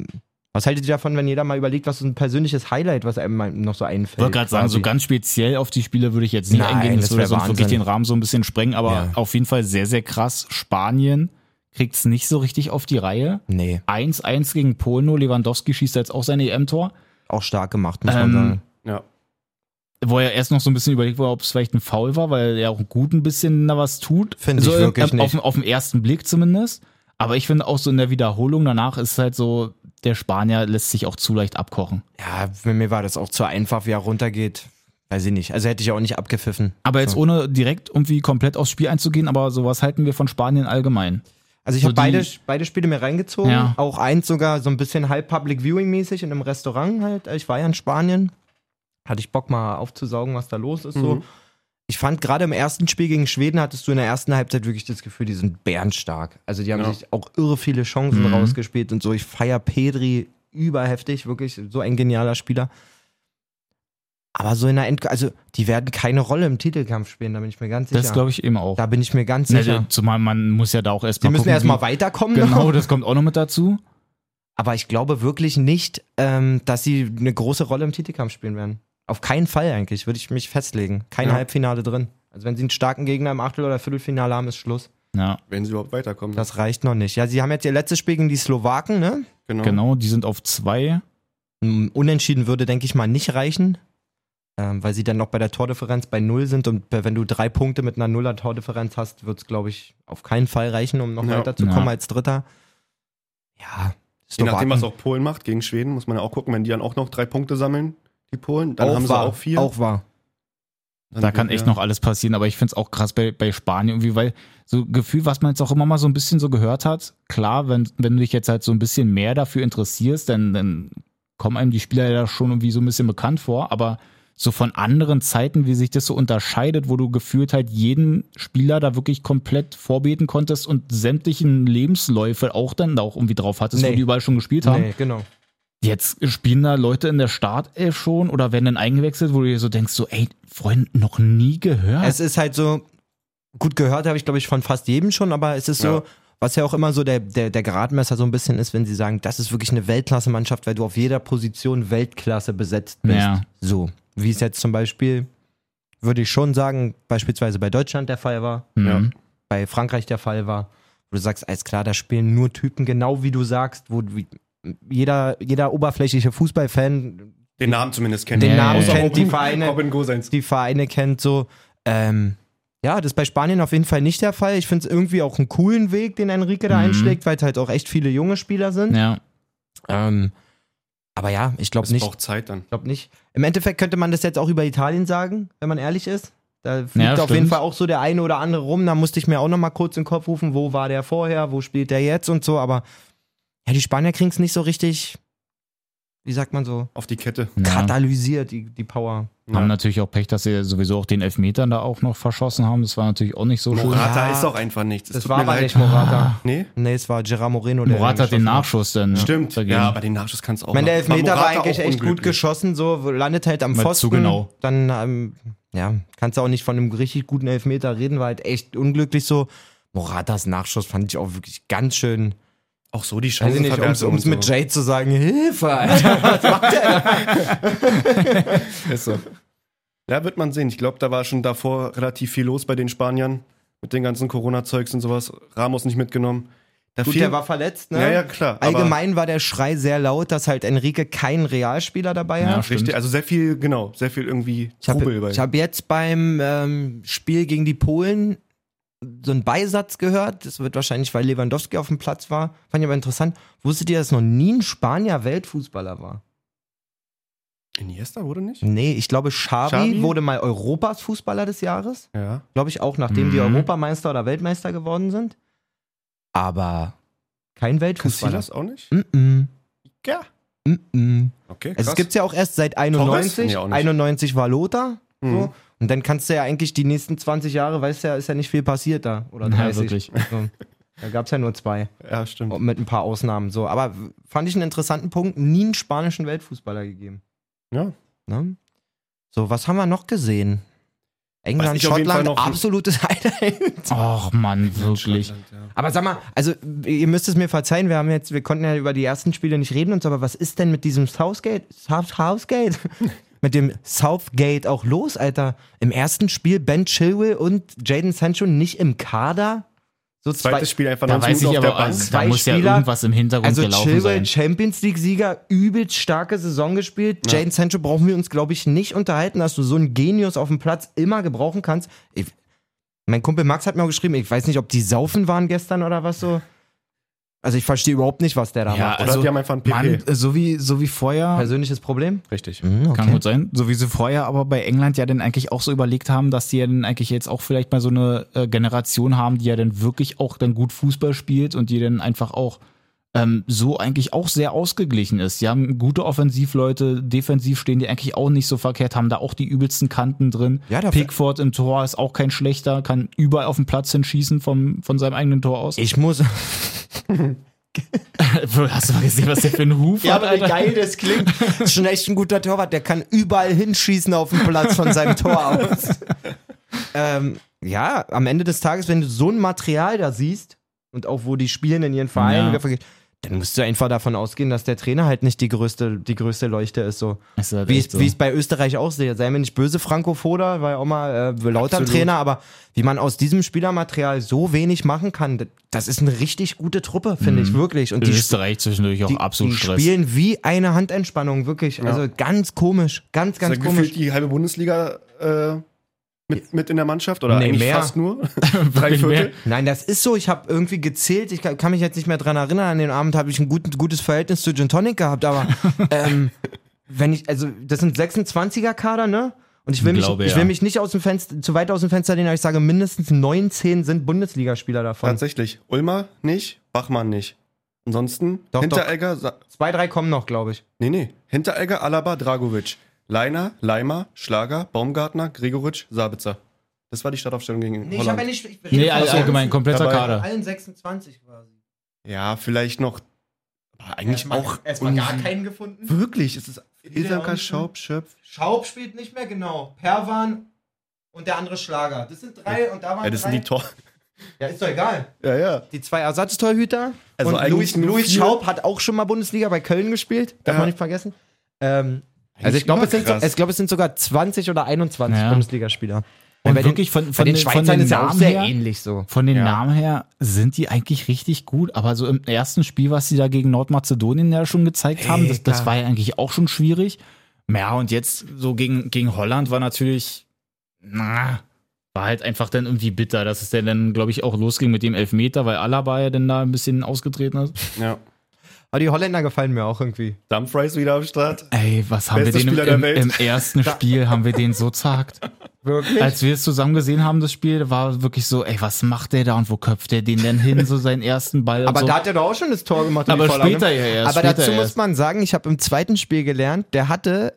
Speaker 7: Was haltet ihr davon, wenn jeder mal überlegt, was so ein persönliches Highlight, was einem mal noch so einfällt?
Speaker 4: Ich wollte gerade sagen, so
Speaker 7: quasi?
Speaker 4: ganz speziell auf die Spiele würde ich jetzt nicht
Speaker 7: Nein,
Speaker 4: eingehen. Das,
Speaker 7: das
Speaker 4: würde
Speaker 7: wär
Speaker 4: sonst wirklich
Speaker 7: Wahnsinn.
Speaker 4: den Rahmen so ein bisschen sprengen, aber
Speaker 7: Ja.
Speaker 4: auf jeden Fall sehr, sehr krass. Spanien kriegt es nicht so richtig auf die Reihe.
Speaker 7: Nee,
Speaker 4: 1-1 gegen Polen, nur Lewandowski schießt jetzt auch sein E EM-Tor.
Speaker 7: auch stark gemacht, muss
Speaker 4: Ähm,
Speaker 7: man sagen.
Speaker 5: Ja.
Speaker 4: Wo er erst noch so ein bisschen überlegt war, ob es vielleicht ein Foul war, weil er auch gut ein bisschen da was tut.
Speaker 7: Finde ich
Speaker 4: so,
Speaker 7: wirklich
Speaker 4: ähm,
Speaker 7: nicht.
Speaker 4: Auf, den- auf den ersten Blick zumindest. Aber ich finde auch so in der Wiederholung danach ist es halt so, der Spanier lässt sich auch zu leicht abkochen.
Speaker 7: Ja, für mir war das auch zu einfach, wie er runtergeht. Weiß ich nicht. Also hätte ich auch nicht abgepfiffen.
Speaker 4: Aber jetzt ohne direkt irgendwie komplett aufs Spiel einzugehen, aber sowas halten wir von Spanien allgemein.
Speaker 7: Also ich
Speaker 4: So
Speaker 7: habe beide,
Speaker 4: die-
Speaker 7: beide Spiele mir reingezogen.
Speaker 4: Ja.
Speaker 7: Auch eins sogar so ein bisschen halb Public Viewing mäßig in einem Restaurant halt. Ich war ja in Spanien. Hatte ich Bock mal aufzusaugen, was da los ist. So. Ich fand gerade im ersten Spiel gegen Schweden hattest du in der ersten Halbzeit wirklich das Gefühl, die sind bärenstark. Also die haben
Speaker 5: Ja.
Speaker 7: sich auch irre viele Chancen
Speaker 4: Mhm.
Speaker 7: rausgespielt und so. Ich feier Pedri überheftig, wirklich so ein genialer Spieler. Aber so in der End also die werden keine Rolle im Titelkampf spielen, da bin ich mir ganz sicher.
Speaker 4: Das glaube ich eben auch.
Speaker 7: da bin ich mir ganz
Speaker 4: Na,
Speaker 7: sicher.
Speaker 4: zumal man muss ja da auch
Speaker 7: Die
Speaker 4: erstmal.
Speaker 7: müssen erstmal weiterkommen. ne? noch.
Speaker 4: Genau, das kommt auch noch mit dazu.
Speaker 7: Aber ich glaube wirklich nicht, ähm, dass sie eine große Rolle im Titelkampf spielen werden. Auf keinen Fall eigentlich, würde ich mich festlegen. Kein
Speaker 5: Ja.
Speaker 7: Halbfinale drin. Also wenn sie einen starken Gegner im Achtel- oder Viertelfinale haben, ist Schluss.
Speaker 4: Ja,
Speaker 5: Wenn sie überhaupt weiterkommen.
Speaker 7: Das reicht noch nicht. Ja, sie haben jetzt ihr letztes Spiel gegen die Slowaken, ne?
Speaker 4: genau, die sind auf zwei.
Speaker 7: Ein Unentschieden würde, denke ich mal, nicht reichen. Ähm, weil sie dann noch bei der Tordifferenz bei Null sind und bei- wenn du drei Punkte mit einer Nuller Tordifferenz hast, wird es, glaube ich, auf keinen Fall reichen, um noch
Speaker 5: Ja.
Speaker 7: weiterzukommen
Speaker 4: Ja.
Speaker 7: als Dritter. Ja,
Speaker 5: Je nachdem,
Speaker 7: Slowaken-
Speaker 5: was auch Polen macht gegen Schweden, muss man ja auch gucken, wenn die dann auch noch drei Punkte sammeln, die Polen, dann haben sie
Speaker 7: wahr,
Speaker 5: auch vier.
Speaker 7: Auch wahr.
Speaker 5: Dann
Speaker 4: Da
Speaker 5: sind
Speaker 4: kann
Speaker 5: wir-
Speaker 4: echt noch alles passieren, aber ich finde es auch krass bei, bei Spanien irgendwie, weil so Gefühl, was man jetzt auch immer mal so ein bisschen so gehört hat, klar, wenn, wenn du dich jetzt halt so ein bisschen mehr dafür interessierst, dann, dann kommen einem die Spieler ja schon irgendwie so ein bisschen bekannt vor, aber so von anderen Zeiten, wie sich das so unterscheidet, wo du gefühlt halt jeden Spieler da wirklich komplett vorbeten konntest und sämtlichen Lebensläufe auch dann da auch irgendwie drauf hattest, wo
Speaker 7: Nee.
Speaker 4: die überall schon gespielt haben.
Speaker 7: Nee, genau.
Speaker 4: Jetzt spielen da Leute in der Startelf schon oder werden dann eingewechselt, wo du dir so denkst, so, ey, Freund, noch nie gehört.
Speaker 7: Es ist halt so, gut gehört habe ich, glaube ich, von fast jedem schon, aber es ist so,
Speaker 5: Ja.
Speaker 7: was ja auch immer so der, der, der Gradmesser so ein bisschen ist, wenn sie sagen, das ist wirklich eine Weltklasse-Mannschaft, weil du auf jeder Position Weltklasse besetzt bist.
Speaker 4: Ja.
Speaker 7: So, wie es jetzt zum Beispiel, würde ich schon sagen, beispielsweise bei Deutschland der Fall war,
Speaker 5: Ja.
Speaker 4: Mhm.
Speaker 7: bei Frankreich der Fall war, wo du sagst, alles klar, da spielen nur Typen, genau wie du sagst, wo wie, jeder, jeder oberflächliche Fußballfan
Speaker 5: Den Namen zumindest kennen.
Speaker 7: den
Speaker 4: Ja,
Speaker 7: Namen
Speaker 4: ja, ja.
Speaker 7: kennt, die Vereine
Speaker 5: Robin Gosens.
Speaker 7: die Vereine kennt, so. Ähm, ja, das ist bei Spanien auf jeden Fall nicht der Fall. Ich finde es irgendwie auch einen coolen Weg, den Enrique da
Speaker 4: Mhm.
Speaker 7: einschlägt, weil es halt auch echt viele junge Spieler sind.
Speaker 4: Ja.
Speaker 7: Ähm, aber ja, ich glaube
Speaker 5: Das
Speaker 7: nicht.
Speaker 5: braucht Zeit dann.
Speaker 7: Ich glaube nicht. Im Endeffekt könnte man das jetzt auch über Italien sagen, wenn man ehrlich ist. Da fliegt
Speaker 4: Ja,
Speaker 7: auf
Speaker 4: stimmt.
Speaker 7: jeden Fall auch so der eine oder andere rum. Da musste ich mir auch nochmal kurz in den Kopf rufen, wo war der vorher, wo spielt der jetzt und so. Aber ja, die Spanier kriegen es nicht so richtig, wie sagt man so,
Speaker 5: Auf die Kette.
Speaker 4: ja.
Speaker 7: katalysiert, die, die Power.
Speaker 4: Haben
Speaker 5: Ja.
Speaker 4: natürlich auch Pech, dass sie sowieso auch den Elfmetern da auch noch verschossen haben. Das war natürlich auch nicht so schön.
Speaker 7: Morata.
Speaker 5: Morata
Speaker 7: Ja.
Speaker 5: ist auch einfach nichts.
Speaker 7: Das,
Speaker 5: tut
Speaker 7: war
Speaker 5: mir
Speaker 7: aber
Speaker 5: leid.
Speaker 7: nicht Morata.
Speaker 5: Nee?
Speaker 7: Nee, es war Gerard Moreno, der.
Speaker 4: Morata hat den
Speaker 7: geschossen hat.
Speaker 4: Nachschuss dann.
Speaker 5: Stimmt.
Speaker 4: dagegen.
Speaker 5: Ja, aber den Nachschuss kannst du auch
Speaker 7: Ich meine, der
Speaker 5: machen. War
Speaker 7: Elfmeter war
Speaker 5: Morata
Speaker 7: eigentlich
Speaker 5: auch
Speaker 7: echt gut
Speaker 5: unglücklich.
Speaker 7: geschossen, so landet halt am
Speaker 4: War zu
Speaker 7: Pfosten.
Speaker 4: genau.
Speaker 7: Dann, ähm, ja, kannst du auch nicht von einem richtig guten Elfmeter reden, war halt echt unglücklich so. Moratas Nachschuss fand ich auch wirklich ganz schön.
Speaker 5: Auch so die
Speaker 7: Weiß
Speaker 5: Chance.
Speaker 7: ich nicht, um
Speaker 5: verwerten und
Speaker 7: es
Speaker 5: so.
Speaker 7: mit Jade zu sagen, Hilfe, Alter, was macht der?
Speaker 5: Ja, wird man sehen. Ich glaube, da war schon davor relativ viel los bei den Spaniern. Mit den ganzen Corona-Zeugs und sowas. Ramos nicht mitgenommen. Da
Speaker 7: Gut,
Speaker 5: fiel-
Speaker 7: der war verletzt, ne?
Speaker 5: Ja, ja, klar. aber
Speaker 7: Allgemein war der Schrei sehr laut, dass halt Enrique keinen Realspieler dabei
Speaker 4: Ja,
Speaker 7: hat.
Speaker 5: Richtig, also sehr viel, genau, sehr viel irgendwie
Speaker 7: Ich habe
Speaker 5: Trubel bei.
Speaker 7: hab jetzt beim ähm, Spiel gegen die Polen so einen Beisatz gehört. Das wird wahrscheinlich, weil Lewandowski auf dem Platz war. Fand ich aber interessant. Wusstet ihr, dass noch nie ein Spanier Weltfußballer war?
Speaker 5: Iniesta wurde nicht?
Speaker 7: Nee, ich glaube, Xavi,
Speaker 5: Xavi?
Speaker 7: wurde mal Europas Fußballer des Jahres.
Speaker 5: Ja.
Speaker 7: Glaube ich auch, nachdem die
Speaker 4: Mhm.
Speaker 7: Europameister oder Weltmeister geworden sind. Aber kein Weltfußballer.
Speaker 5: Casillas auch nicht?
Speaker 7: Mm-mm,
Speaker 5: Ja.
Speaker 7: mm-mm.
Speaker 5: Okay, krass.
Speaker 7: Also es gibt es ja auch erst seit 91.
Speaker 5: Nee, auch nicht.
Speaker 7: 91 war Lothar.
Speaker 5: Mhm.
Speaker 7: So. Und dann kannst du ja eigentlich die nächsten 20 Jahre, weißt du ja, ist ja nicht viel passiert da. Oder
Speaker 4: Ja,
Speaker 7: 30.
Speaker 4: wirklich.
Speaker 7: So. Da gab es ja nur zwei.
Speaker 5: Ja, stimmt.
Speaker 7: Mit ein paar Ausnahmen. So. Aber w- fand ich einen interessanten Punkt, nie einen spanischen Weltfußballer gegeben.
Speaker 5: Ja.
Speaker 7: Ne? So, was haben wir noch gesehen? England,
Speaker 5: ich auf jeden Fall
Speaker 7: Schottland,
Speaker 5: noch-
Speaker 7: absolutes Highlight.
Speaker 4: Och Mann, wirklich.
Speaker 7: Aber sag mal, also ihr müsst es mir verzeihen, wir haben jetzt, wir konnten ja über die ersten Spiele nicht reden und so, aber was ist denn mit diesem Southgate? South, Southgate? mit dem Southgate auch los, Alter? Im ersten Spiel Ben Chilwell und Jaden Sancho nicht im Kader? So
Speaker 5: Zweites Spiel einfach
Speaker 4: Da
Speaker 5: 90
Speaker 4: weiß ich
Speaker 5: Minuten
Speaker 4: aber,
Speaker 5: auf
Speaker 4: also,
Speaker 5: der
Speaker 4: da
Speaker 7: Zwei
Speaker 4: muss ja
Speaker 7: Spieler,
Speaker 4: irgendwas im Hintergrund
Speaker 7: also
Speaker 4: gelaufen
Speaker 7: Chilwell,
Speaker 4: sein.
Speaker 7: Champions League-Sieger, übelst starke Saison gespielt. Jaden Sancho brauchen wir uns, glaube ich, nicht unterhalten, dass du so einen Genius auf dem Platz immer gebrauchen kannst. Ich, mein Kumpel Max hat mir auch geschrieben, ich weiß nicht, ob die saufen waren gestern oder was so. Also ich verstehe überhaupt nicht, was der da
Speaker 4: Ja,
Speaker 7: macht.
Speaker 5: Bank. Oder
Speaker 4: also,
Speaker 5: die haben einfach einen PP.
Speaker 4: Mann, so wie, so wie vorher,
Speaker 7: Persönliches Problem?
Speaker 5: Richtig.
Speaker 7: Hm,
Speaker 4: Kann gut sein. So wie sie vorher aber bei England ja dann eigentlich auch so überlegt haben, dass die ja dann eigentlich jetzt auch vielleicht mal so eine äh, Generation haben, die ja dann wirklich auch dann gut Fußball spielt und die dann einfach auch ähm, so eigentlich auch sehr ausgeglichen ist. Die haben gute Offensivleute, defensiv stehen die eigentlich auch nicht so verkehrt, haben da auch die übelsten Kanten drin.
Speaker 7: Ja, da-
Speaker 4: Pickford im Tor ist auch kein schlechter, kann überall auf den Platz hinschießen vom, von seinem eigenen Tor aus.
Speaker 7: Ich muss.
Speaker 4: Hast du mal gesehen, was der für ein Huf hat? Alter?
Speaker 7: das klingt. Ist schon echt ein guter Torwart. Der kann überall hinschießen auf dem Platz von seinem Tor aus. ähm, ja, am Ende des Tages, wenn du so ein Material da siehst und auch wo die spielen in ihren Vereinen,
Speaker 4: Ja.
Speaker 7: dann musst du einfach davon ausgehen, dass der Trainer halt nicht die größte, die größte Leuchte ist. So.
Speaker 4: Ist halt
Speaker 7: Wie
Speaker 4: echt
Speaker 7: ich
Speaker 4: so.
Speaker 7: wie ich es bei Österreich auch sehe. Sei mir nicht böse, Franco Foda war ja auch mal äh, lauter Trainer, aber wie man aus diesem Spielermaterial so wenig machen kann, d- das ist eine richtig gute Truppe, finde
Speaker 4: Mhm.
Speaker 7: ich, wirklich. Und die sp-
Speaker 4: Österreich zwischendurch auch
Speaker 7: die,
Speaker 4: absolut
Speaker 7: die
Speaker 4: Stress.
Speaker 7: spielen wie eine Handentspannung, wirklich. Also ganz komisch,
Speaker 5: Ganz
Speaker 7: ganz, ganz
Speaker 5: also
Speaker 7: komisch.
Speaker 5: gefühlt die halbe Bundesliga äh, mit, mit in der Mannschaft oder
Speaker 7: Nee,
Speaker 5: eigentlich
Speaker 7: mehr.
Speaker 5: fast nur. Drei
Speaker 4: mehr.
Speaker 5: Viertel.
Speaker 7: Nein, das ist so. Ich habe irgendwie gezählt. Ich kann, kann mich jetzt nicht mehr dran erinnern. An den Abend habe ich ein gut, gutes Verhältnis zu Gin Tonic gehabt, aber ähm, wenn ich, also das sind 26er-Kader, ne? Und ich will, mich,
Speaker 4: Glaube,
Speaker 7: ich
Speaker 4: ja.
Speaker 7: will mich nicht aus dem Fenster, zu weit aus dem Fenster lehnen, aber ich sage, mindestens 19 sind Bundesligaspieler davon.
Speaker 5: Tatsächlich. Ulmer nicht, Bachmann nicht. Ansonsten
Speaker 7: Doch,
Speaker 5: Hinteregger, Sa
Speaker 7: Zwei, drei kommen noch, glaube ich.
Speaker 5: nee, nee. Hinteregger, Alaba, Dragovic. Leiner, Leimer, Schlager, Baumgartner, Gregoritsch, Sabitzer. Das war die Startaufstellung gegen
Speaker 7: Nee, ich
Speaker 5: Holland.
Speaker 7: habe ja nicht. Ich rede
Speaker 4: Nee,
Speaker 7: von
Speaker 4: all-
Speaker 7: allen-
Speaker 4: allgemein, kompletter
Speaker 5: dabei.
Speaker 4: Kader.
Speaker 7: Allen 26 quasi.
Speaker 5: ja, vielleicht noch. Aber eigentlich auch.
Speaker 7: Erstmal gar
Speaker 5: un-
Speaker 7: keinen gefunden.
Speaker 5: Wirklich, es ist Ilsanka
Speaker 7: unten.
Speaker 5: Schaub, Schöpf.
Speaker 7: Schaub spielt nicht mehr genau. Perwan und der andere Schlager. Das sind drei und da waren
Speaker 5: Ja, das sind
Speaker 7: Ah, drei.
Speaker 5: die Tor.
Speaker 7: ja, ist doch egal.
Speaker 5: Ja, ja.
Speaker 7: Die zwei Ersatztorhüter.
Speaker 5: Also
Speaker 7: und
Speaker 5: eigentlich
Speaker 7: Luis,
Speaker 5: nur
Speaker 7: Luis
Speaker 5: vier.
Speaker 7: Schaub hat auch schon mal Bundesliga bei Köln gespielt. Darf
Speaker 5: Ja.
Speaker 7: man nicht vergessen. Ähm, also ich glaube, es, sind so,
Speaker 5: überkrass.
Speaker 7: ich glaube, es sind sogar 20 oder 21
Speaker 4: Ja.
Speaker 7: Bundesligaspieler.
Speaker 4: Und
Speaker 7: bei
Speaker 4: wirklich von-
Speaker 7: den,
Speaker 4: von
Speaker 7: bei den
Speaker 4: den- von
Speaker 7: Schweizern
Speaker 4: den
Speaker 7: ist ja auch
Speaker 4: Namen
Speaker 7: sehr
Speaker 4: her-
Speaker 7: ähnlich so.
Speaker 4: Von den Namen her sind die eigentlich richtig gut, aber so im ersten Spiel, was sie da gegen Nordmazedonien ja schon gezeigt haben, das, das war ja eigentlich auch schon schwierig. Ja, und jetzt so gegen, gegen Holland war natürlich, na, war halt einfach dann irgendwie bitter, dass es denn dann, glaube ich, auch losging mit dem Elfmeter, weil Alaba ja dann da ein bisschen ausgetreten ist.
Speaker 5: Ja.
Speaker 7: Aber die Holländer gefallen mir auch irgendwie.
Speaker 5: Dumfries wieder am Start.
Speaker 4: Ey, was haben
Speaker 5: Bester
Speaker 4: wir
Speaker 5: Spieler der
Speaker 4: den im,
Speaker 5: Welt.
Speaker 4: im, im ersten Spiel, haben wir den so zagt.
Speaker 7: Wirklich?
Speaker 4: Als wir es zusammen gesehen haben, das Spiel, war wirklich so, ey, was macht der da und wo köpft der den denn hin, so seinen ersten Ball?
Speaker 7: Aber
Speaker 4: und so.
Speaker 7: da hat er doch auch schon das Tor gemacht. und
Speaker 4: Aber
Speaker 7: die Vorlage.
Speaker 4: später ja erst,
Speaker 7: Aber
Speaker 4: später
Speaker 7: dazu
Speaker 4: erst.
Speaker 7: muss man sagen, ich habe im zweiten Spiel gelernt, der hatte.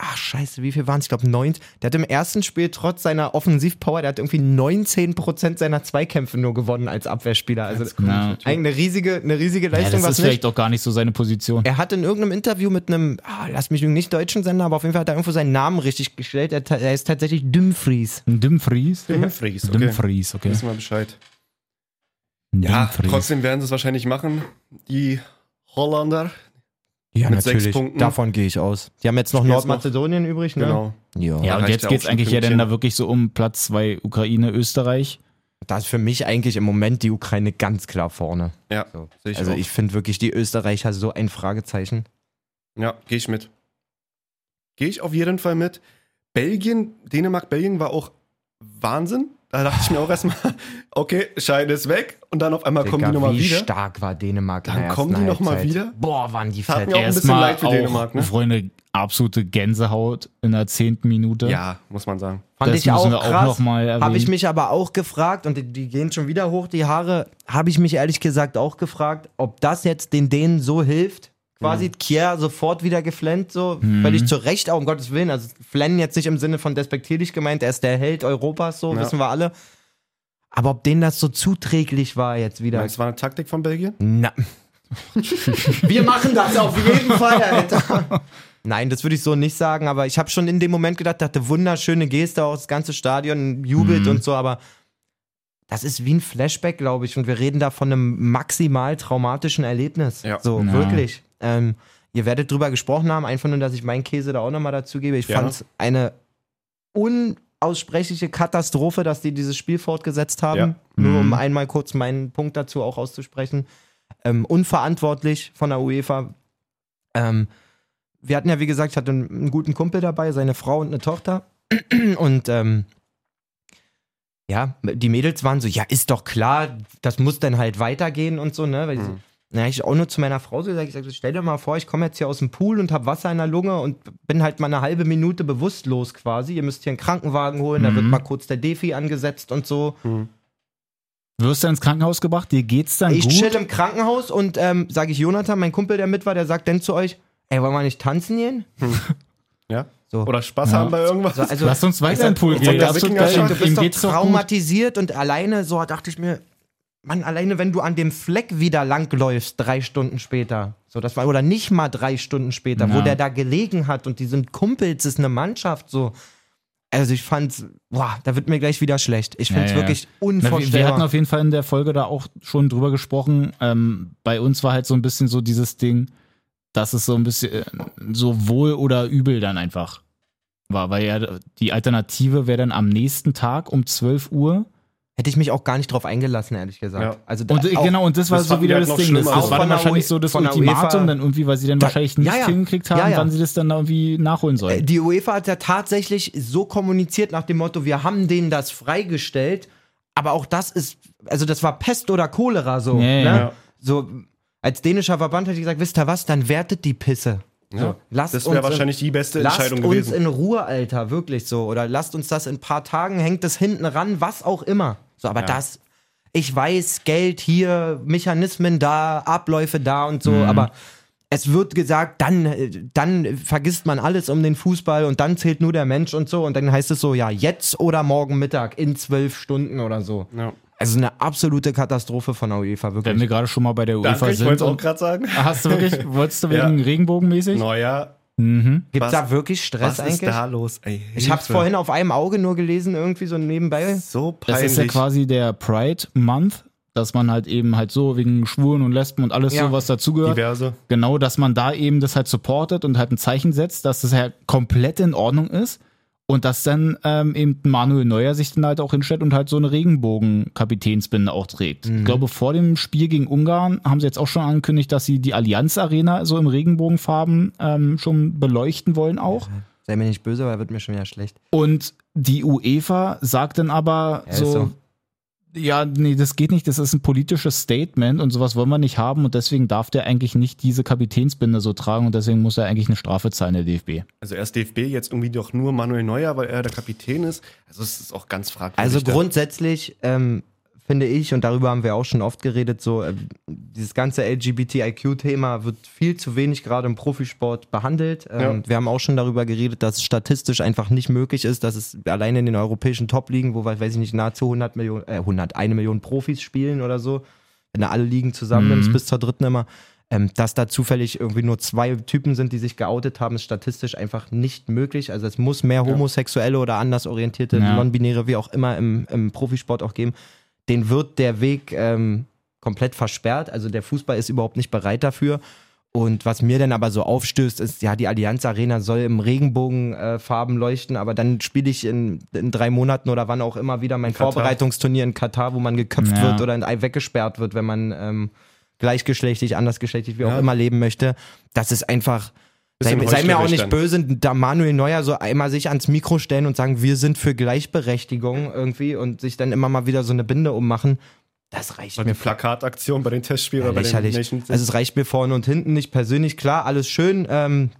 Speaker 7: Ach, scheiße, wie viel waren es? Ich glaube, neun. Der hat im ersten Spiel trotz seiner Offensivpower, der hat irgendwie 19% seiner Zweikämpfe nur gewonnen als Abwehrspieler. Also
Speaker 4: komischer
Speaker 7: eigentlich eine riesige, eine riesige
Speaker 4: ja,
Speaker 7: Leistung,
Speaker 4: das ist
Speaker 7: was
Speaker 4: vielleicht
Speaker 7: nicht.
Speaker 4: auch gar nicht so seine Position.
Speaker 7: Er hat in irgendeinem Interview mit einem, ah, lass mich lügen, nicht deutschen Sender, aber auf jeden Fall hat er irgendwo seinen Namen richtig gestellt. Er, ta- er ist tatsächlich Dumfries.
Speaker 4: Ein Dumfries?
Speaker 5: Dumfries, okay.
Speaker 4: Dumfries, okay.
Speaker 5: Wissen wir Bescheid.
Speaker 4: Ein
Speaker 5: Ja,
Speaker 4: Dumfries.
Speaker 5: trotzdem werden sie es wahrscheinlich machen. Die Holländer.
Speaker 7: Ja,
Speaker 5: Mit sechs Punkten.
Speaker 7: Davon gehe ich aus. Die haben jetzt noch
Speaker 5: Spielen jetzt
Speaker 7: Nordmazedonien übrig, ne?
Speaker 5: Genau.
Speaker 7: Ja.
Speaker 4: Ja, und
Speaker 5: reicht
Speaker 4: jetzt
Speaker 5: ja
Speaker 4: geht's
Speaker 5: auch schon
Speaker 4: eigentlich ja
Speaker 5: Pünktchen.
Speaker 4: dann da wirklich so um Platz 2 Ukraine, Österreich.
Speaker 7: Da ist für mich eigentlich im Moment die Ukraine ganz klar vorne.
Speaker 5: Ja,
Speaker 7: So.
Speaker 5: sehe ich
Speaker 7: also
Speaker 5: auch.
Speaker 7: ich finde wirklich die Österreicher so ein Fragezeichen.
Speaker 5: Ja, gehe ich mit. Gehe ich auf jeden Fall mit. Belgien, Dänemark, Belgien war auch Wahnsinn. Da dachte ich mir auch erstmal, okay, Scheide ist weg. Und dann auf einmal kommen die
Speaker 7: Digga,
Speaker 5: nochmal
Speaker 7: wie
Speaker 5: wieder.
Speaker 7: stark war Dänemark in
Speaker 5: Dann
Speaker 7: der
Speaker 5: kommen die
Speaker 7: ersten
Speaker 5: noch mal
Speaker 7: Halbzeit.
Speaker 5: wieder?
Speaker 7: Boah, waren die
Speaker 5: Hat
Speaker 7: fett.
Speaker 5: mir auch ein bisschen
Speaker 4: Erstmal
Speaker 5: leid für
Speaker 4: auch,
Speaker 5: Dänemark, ne?
Speaker 4: Freunde, absolute Gänsehaut in der zehnten
Speaker 7: ne?
Speaker 4: Minute.
Speaker 5: Ja, muss man sagen.
Speaker 7: Fand
Speaker 4: das
Speaker 7: ich auch
Speaker 4: müssen wir auch
Speaker 7: krass.
Speaker 4: noch mal erwähnen.
Speaker 7: Habe ich mich aber auch gefragt, und die, die gehen schon wieder hoch, die Haare, habe ich mich ehrlich gesagt auch gefragt, ob das jetzt den Dänen so hilft, quasi Kier sofort wieder geflennt, so völlig zu Recht, auch um Gottes Willen. Also flennen jetzt nicht im Sinne von despektierlich gemeint, er ist der Held Europas, so
Speaker 5: Ja.
Speaker 7: wissen wir alle. Aber ob denen das so zuträglich war jetzt wieder.
Speaker 5: Das war eine Taktik von Belgien?
Speaker 7: Na. Wir machen das auf jeden Fall, Alter. Nein, das würde ich so nicht sagen, aber ich habe schon in dem Moment gedacht, dachte, wunderschöne Geste, auch das ganze Stadion jubelt
Speaker 5: Mhm.
Speaker 7: und so, aber das ist wie ein Flashback, glaube ich, und wir reden da von einem maximal traumatischen Erlebnis.
Speaker 5: Ja.
Speaker 7: So,
Speaker 4: Ja.
Speaker 7: wirklich. Ähm, ihr werdet drüber gesprochen haben, einfach nur, dass ich meinen Käse da auch nochmal dazu gebe. Ich
Speaker 5: Ja.
Speaker 7: fand es eine unaussprechliche Katastrophe, dass die dieses Spiel fortgesetzt haben.
Speaker 5: Ja.
Speaker 7: Nur um
Speaker 4: Mhm.
Speaker 7: einmal kurz meinen Punkt dazu auch auszusprechen. Ähm, unverantwortlich von der UEFA. Ähm, wir hatten ja, wie gesagt, ich hatte einen, einen guten Kumpel dabei, seine Frau und eine Tochter. Und ähm, ja, die Mädels waren so, ja, ist doch klar, das muss dann halt weitergehen und so, ne? Weil sie, na, ich auch nur zu meiner Frau so gesagt, ich sag, so, stell dir mal vor, ich komme jetzt hier aus dem Pool und hab Wasser in der Lunge und bin halt mal eine halbe Minute bewusstlos quasi. Ihr müsst hier einen Krankenwagen holen, da wird mal kurz der Defi angesetzt und so.
Speaker 4: Wirst du ins Krankenhaus gebracht, dir geht's dann
Speaker 7: ich
Speaker 4: Ah, gut.
Speaker 7: chill im Krankenhaus und ähm, sage ich Jonathan, mein Kumpel, der mit war, der sagt dann zu euch, ey, wollen wir nicht tanzen gehen?
Speaker 5: Ja.
Speaker 7: So.
Speaker 5: Oder Spaß haben bei irgendwas?
Speaker 7: So, also,
Speaker 4: Lass uns weiter in den Pool
Speaker 5: ich sag,
Speaker 4: gehen.
Speaker 5: der
Speaker 4: Absolut
Speaker 5: Wikinger
Speaker 4: geil.
Speaker 5: schafft-
Speaker 7: du
Speaker 4: Ihm
Speaker 7: bist doch
Speaker 4: geht's doch gut.
Speaker 7: traumatisiert und alleine, so dachte ich mir, Mann, alleine wenn du an dem Fleck wieder langläufst, drei Stunden später, so das war, oder nicht mal drei Stunden später, wo
Speaker 4: Ja.
Speaker 7: der da gelegen hat und die sind Kumpels, ist eine Mannschaft, so. Also ich fand's, boah, da wird mir gleich wieder schlecht. Ich find's
Speaker 4: Ja, ja.
Speaker 7: wirklich
Speaker 4: Na, wir, wir hatten
Speaker 7: unvorstellbar.
Speaker 4: auf jeden Fall in der Folge da auch schon drüber gesprochen. Ähm, bei uns war halt so ein bisschen so dieses Ding, dass es so ein bisschen äh, so wohl oder übel dann einfach war, weil ja die Alternative wäre dann am nächsten Tag um 12 Uhr.
Speaker 7: Hätte ich mich auch gar nicht drauf eingelassen, ehrlich gesagt.
Speaker 5: Ja.
Speaker 7: Also da,
Speaker 4: Und äh,
Speaker 7: auch,
Speaker 4: genau, und das war
Speaker 5: das
Speaker 4: so
Speaker 5: fanden wir
Speaker 4: wieder
Speaker 5: halt
Speaker 4: das
Speaker 5: noch
Speaker 4: Ding. Das,
Speaker 5: schlimmer.
Speaker 4: das war
Speaker 5: Auch
Speaker 7: von
Speaker 4: dann
Speaker 7: der
Speaker 4: wahrscheinlich
Speaker 7: U-
Speaker 4: so das
Speaker 7: von der UEFA
Speaker 4: Ultimatum, dann irgendwie, weil sie dann
Speaker 7: Da-
Speaker 4: wahrscheinlich nicht
Speaker 7: Ja, ja.
Speaker 4: hingekriegt haben,
Speaker 7: Ja, ja.
Speaker 4: wann sie das dann da irgendwie nachholen sollen.
Speaker 7: Äh, Die UEFA hat ja tatsächlich so kommuniziert nach dem Motto, wir haben denen das freigestellt, aber auch das ist, also das war Pest oder Cholera so.
Speaker 4: Ja,
Speaker 7: ne?
Speaker 4: ja. Ja.
Speaker 7: So als dänischer Verband hätte ich gesagt, wisst ihr was, dann wertet die Pisse. So, lasst
Speaker 5: das
Speaker 7: uns
Speaker 5: wäre
Speaker 7: in-
Speaker 5: wahrscheinlich die beste
Speaker 7: Lasst
Speaker 5: Entscheidung
Speaker 7: uns
Speaker 5: gewesen.
Speaker 7: in Ruhe, Alter, wirklich so. Oder lasst uns das in ein paar Tagen, hängt das hinten ran, was auch immer. So, aber das, ich weiß, Geld hier, Mechanismen da, Abläufe da und
Speaker 5: Mhm.
Speaker 7: so, aber es wird gesagt, dann, äh, dann vergisst man alles um den Fußball und dann zählt nur der Mensch und so. Und dann heißt es so, ja, jetzt oder morgen Mittag in zwölf Stunden oder so.
Speaker 5: Ja.
Speaker 7: Also eine absolute Katastrophe von der UEFA,
Speaker 4: Wenn
Speaker 7: wirklich.
Speaker 4: wir gerade schon mal bei der UEFA
Speaker 5: Danke, ich
Speaker 4: sind.
Speaker 5: wollte auch
Speaker 4: und-
Speaker 5: gerade sagen.
Speaker 4: Hast du wirklich, wolltest du wegen
Speaker 5: Ja.
Speaker 4: Regenbogenmäßig?
Speaker 5: Naja,
Speaker 7: Gibt
Speaker 5: was-
Speaker 7: es da wirklich Stress
Speaker 5: was
Speaker 7: eigentlich?
Speaker 5: ist da los, ey?
Speaker 7: ich hab's
Speaker 5: Hilfe.
Speaker 7: vorhin auf einem Auge nur gelesen, irgendwie so nebenbei.
Speaker 5: So peinlich.
Speaker 4: Das ist ja quasi der Pride Month, dass man halt eben halt so wegen Schwulen und Lesben und alles
Speaker 7: Ja.
Speaker 4: so, was dazugehört,
Speaker 5: diverse.
Speaker 4: genau, dass man da eben das halt supportet und halt ein Zeichen setzt, dass das halt komplett in Ordnung ist und dass dann ähm, eben Manuel Neuer sich dann halt auch hinstellt und halt so eine Regenbogen-Kapitänsbinde auch trägt.
Speaker 5: Mhm.
Speaker 4: Ich glaube, vor dem Spiel gegen Ungarn haben sie jetzt auch schon angekündigt, dass sie die Allianz Arena so im Regenbogenfarben ähm, schon beleuchten wollen auch.
Speaker 7: Sei mir nicht böse, weil da wird mir schon wieder schlecht.
Speaker 4: Und die UEFA sagt dann aber
Speaker 7: Ja, ist
Speaker 4: so,
Speaker 7: so.
Speaker 4: ja, nee, das geht nicht, das ist ein politisches Statement und sowas wollen wir nicht haben und deswegen darf der eigentlich nicht diese Kapitänsbinde so tragen und deswegen muss er eigentlich eine Strafe zahlen, der DFB.
Speaker 5: Also erst DFB, jetzt irgendwie doch nur Manuel Neuer, weil er der Kapitän ist. Also es ist auch ganz fragwürdig.
Speaker 7: Also
Speaker 5: da.
Speaker 7: grundsätzlich ähm, finde ich, und darüber haben wir auch schon oft geredet, so äh, dieses ganze LGBTIQ-Thema wird viel zu wenig gerade im Profisport behandelt. Ähm,
Speaker 5: Ja.
Speaker 7: Wir haben auch schon darüber geredet, dass es statistisch einfach nicht möglich ist, dass es alleine in den europäischen Top-Ligen, wo, weiß ich nicht, nahezu 100 Millionen, äh, 100, eine Million Profis spielen oder so, wenn du alle Ligen zusammennimmst, bis zur dritten immer, ähm, dass da zufällig irgendwie nur zwei Typen sind, die sich geoutet haben, ist statistisch einfach nicht möglich. Also es muss mehr homosexuelle oder anders orientierte,
Speaker 4: Ja.
Speaker 7: non-binäre, wie auch immer, im, im Profisport auch geben. Den wird der Weg ähm, komplett versperrt. Also der Fußball ist überhaupt nicht bereit dafür. Und was mir dann aber so aufstößt, ist, ja, die Allianz Arena soll im Regenbogenfarben leuchten, aber dann spiele ich in, in drei Monaten oder wann auch immer wieder mein
Speaker 5: Katar.
Speaker 7: Vorbereitungsturnier in Katar, wo man geköpft
Speaker 4: Ja.
Speaker 7: wird oder in Ei weggesperrt wird, wenn man ähm, gleichgeschlechtlich, andersgeschlechtlich, wie auch
Speaker 5: Ja.
Speaker 7: immer leben möchte. Das ist einfach. Sei,
Speaker 5: Bisschen
Speaker 7: sei mir auch
Speaker 5: heuchlerisch
Speaker 7: nicht
Speaker 5: dann.
Speaker 7: böse, da Manuel Neuer so einmal sich ans Mikro stellen und sagen, wir sind für Gleichberechtigung irgendwie und sich dann immer mal wieder so eine Binde ummachen. Das reicht
Speaker 5: Oder
Speaker 7: mir
Speaker 5: die Plakataktion bei den Testspielen
Speaker 7: ja,
Speaker 5: oder bei den
Speaker 7: lächerlich.
Speaker 5: Nations
Speaker 7: Also es reicht mir vorne und hinten nicht persönlich. Klar, alles schön. Ähm,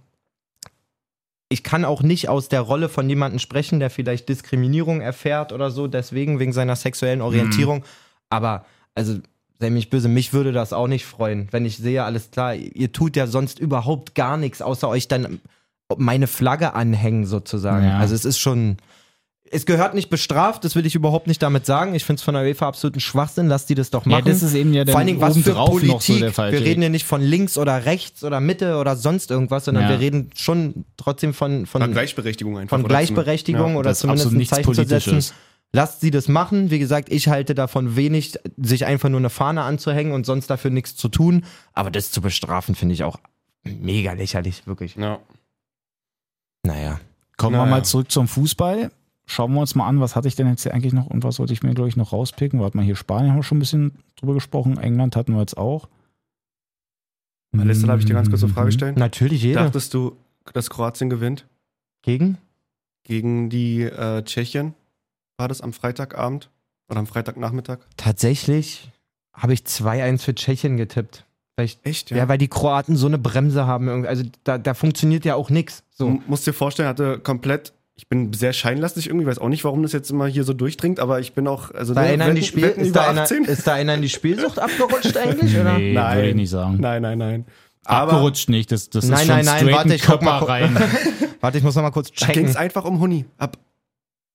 Speaker 7: ich kann auch nicht aus der Rolle von jemandem sprechen, der vielleicht Diskriminierung erfährt oder so, deswegen wegen seiner sexuellen Orientierung. Aber also Sei mich böse, mich würde das auch nicht freuen, wenn ich sehe, alles klar, ihr tut ja sonst überhaupt gar nichts, außer euch dann meine Flagge anhängen sozusagen.
Speaker 4: Ja.
Speaker 7: Also es ist schon, es gehört nicht bestraft, das will ich überhaupt nicht damit sagen. Ich finde es von der UEFA absoluten Schwachsinn, lasst die das doch machen.
Speaker 4: das ist eben ja dann
Speaker 7: Vor allen Dingen, was für
Speaker 4: obendrauf noch
Speaker 7: Politik.
Speaker 4: so der falsche
Speaker 7: wir reden
Speaker 4: Weg.
Speaker 7: ja nicht von links oder rechts oder Mitte oder sonst irgendwas, sondern
Speaker 4: Ja.
Speaker 7: wir reden schon trotzdem von,
Speaker 5: Von
Speaker 7: von,
Speaker 5: Gleichberechtigung einfach.
Speaker 7: von
Speaker 5: oder?
Speaker 7: Gleichberechtigung oder
Speaker 4: das ist
Speaker 7: zumindest
Speaker 4: absolut
Speaker 7: ein
Speaker 4: nichts
Speaker 7: Zeichen zu setzen.
Speaker 4: Politisches.
Speaker 7: Lasst sie das machen. Wie gesagt, ich halte davon wenig, sich einfach nur eine Fahne anzuhängen und sonst dafür nichts zu tun. Aber das zu bestrafen, finde ich auch mega lächerlich, wirklich.
Speaker 5: Ja.
Speaker 7: Naja.
Speaker 4: Kommen wir
Speaker 5: Naja.
Speaker 4: mal zurück zum Fußball. Schauen wir uns mal an, was hatte ich denn jetzt hier eigentlich noch und was sollte ich mir, glaube ich, noch rauspicken? Warte mal, hier Spanien haben wir schon ein bisschen drüber gesprochen, England hatten wir jetzt auch. Mhm.
Speaker 5: Alissa, darf ich dir ganz kurz eine Frage stellen?
Speaker 7: Natürlich Mm, jeder.
Speaker 5: Dachtest du, dass Kroatien gewinnt?
Speaker 7: Gegen?
Speaker 5: Gegen die äh, Tschechien? War das am Freitagabend? Oder am Freitagnachmittag?
Speaker 7: Tatsächlich habe ich 2-1 für Tschechien getippt. Weil ich,
Speaker 5: Echt?
Speaker 7: ja. weil die Kroaten so eine Bremse haben. irgendwie. Also da, da funktioniert ja auch nichts. So.
Speaker 5: Du musst dir vorstellen, hatte komplett. Ich bin sehr scheinlastig irgendwie, weiß auch nicht, warum das jetzt immer hier so durchdringt, aber ich bin auch. Also,
Speaker 7: Da
Speaker 5: ne,
Speaker 7: einer in die
Speaker 5: Wetten-
Speaker 7: Spiel,
Speaker 5: Wetten
Speaker 7: ist,
Speaker 5: über
Speaker 7: da einer,
Speaker 5: 18?
Speaker 7: ist da einer in die Spielsucht abgerutscht eigentlich? Oder?
Speaker 4: Nee,
Speaker 5: Nein.
Speaker 4: würde ich nicht sagen.
Speaker 5: Nein, nein, nein. Aber
Speaker 4: Abgerutscht nicht, das, das
Speaker 7: Nein,
Speaker 4: ist schon
Speaker 7: nein, nein,
Speaker 4: straight
Speaker 7: warte,
Speaker 4: ein
Speaker 7: ich guck mal
Speaker 4: Körper rein.
Speaker 7: Warte, ich muss noch mal kurz
Speaker 5: da ging
Speaker 7: checken.
Speaker 5: es einfach um Huni. Ab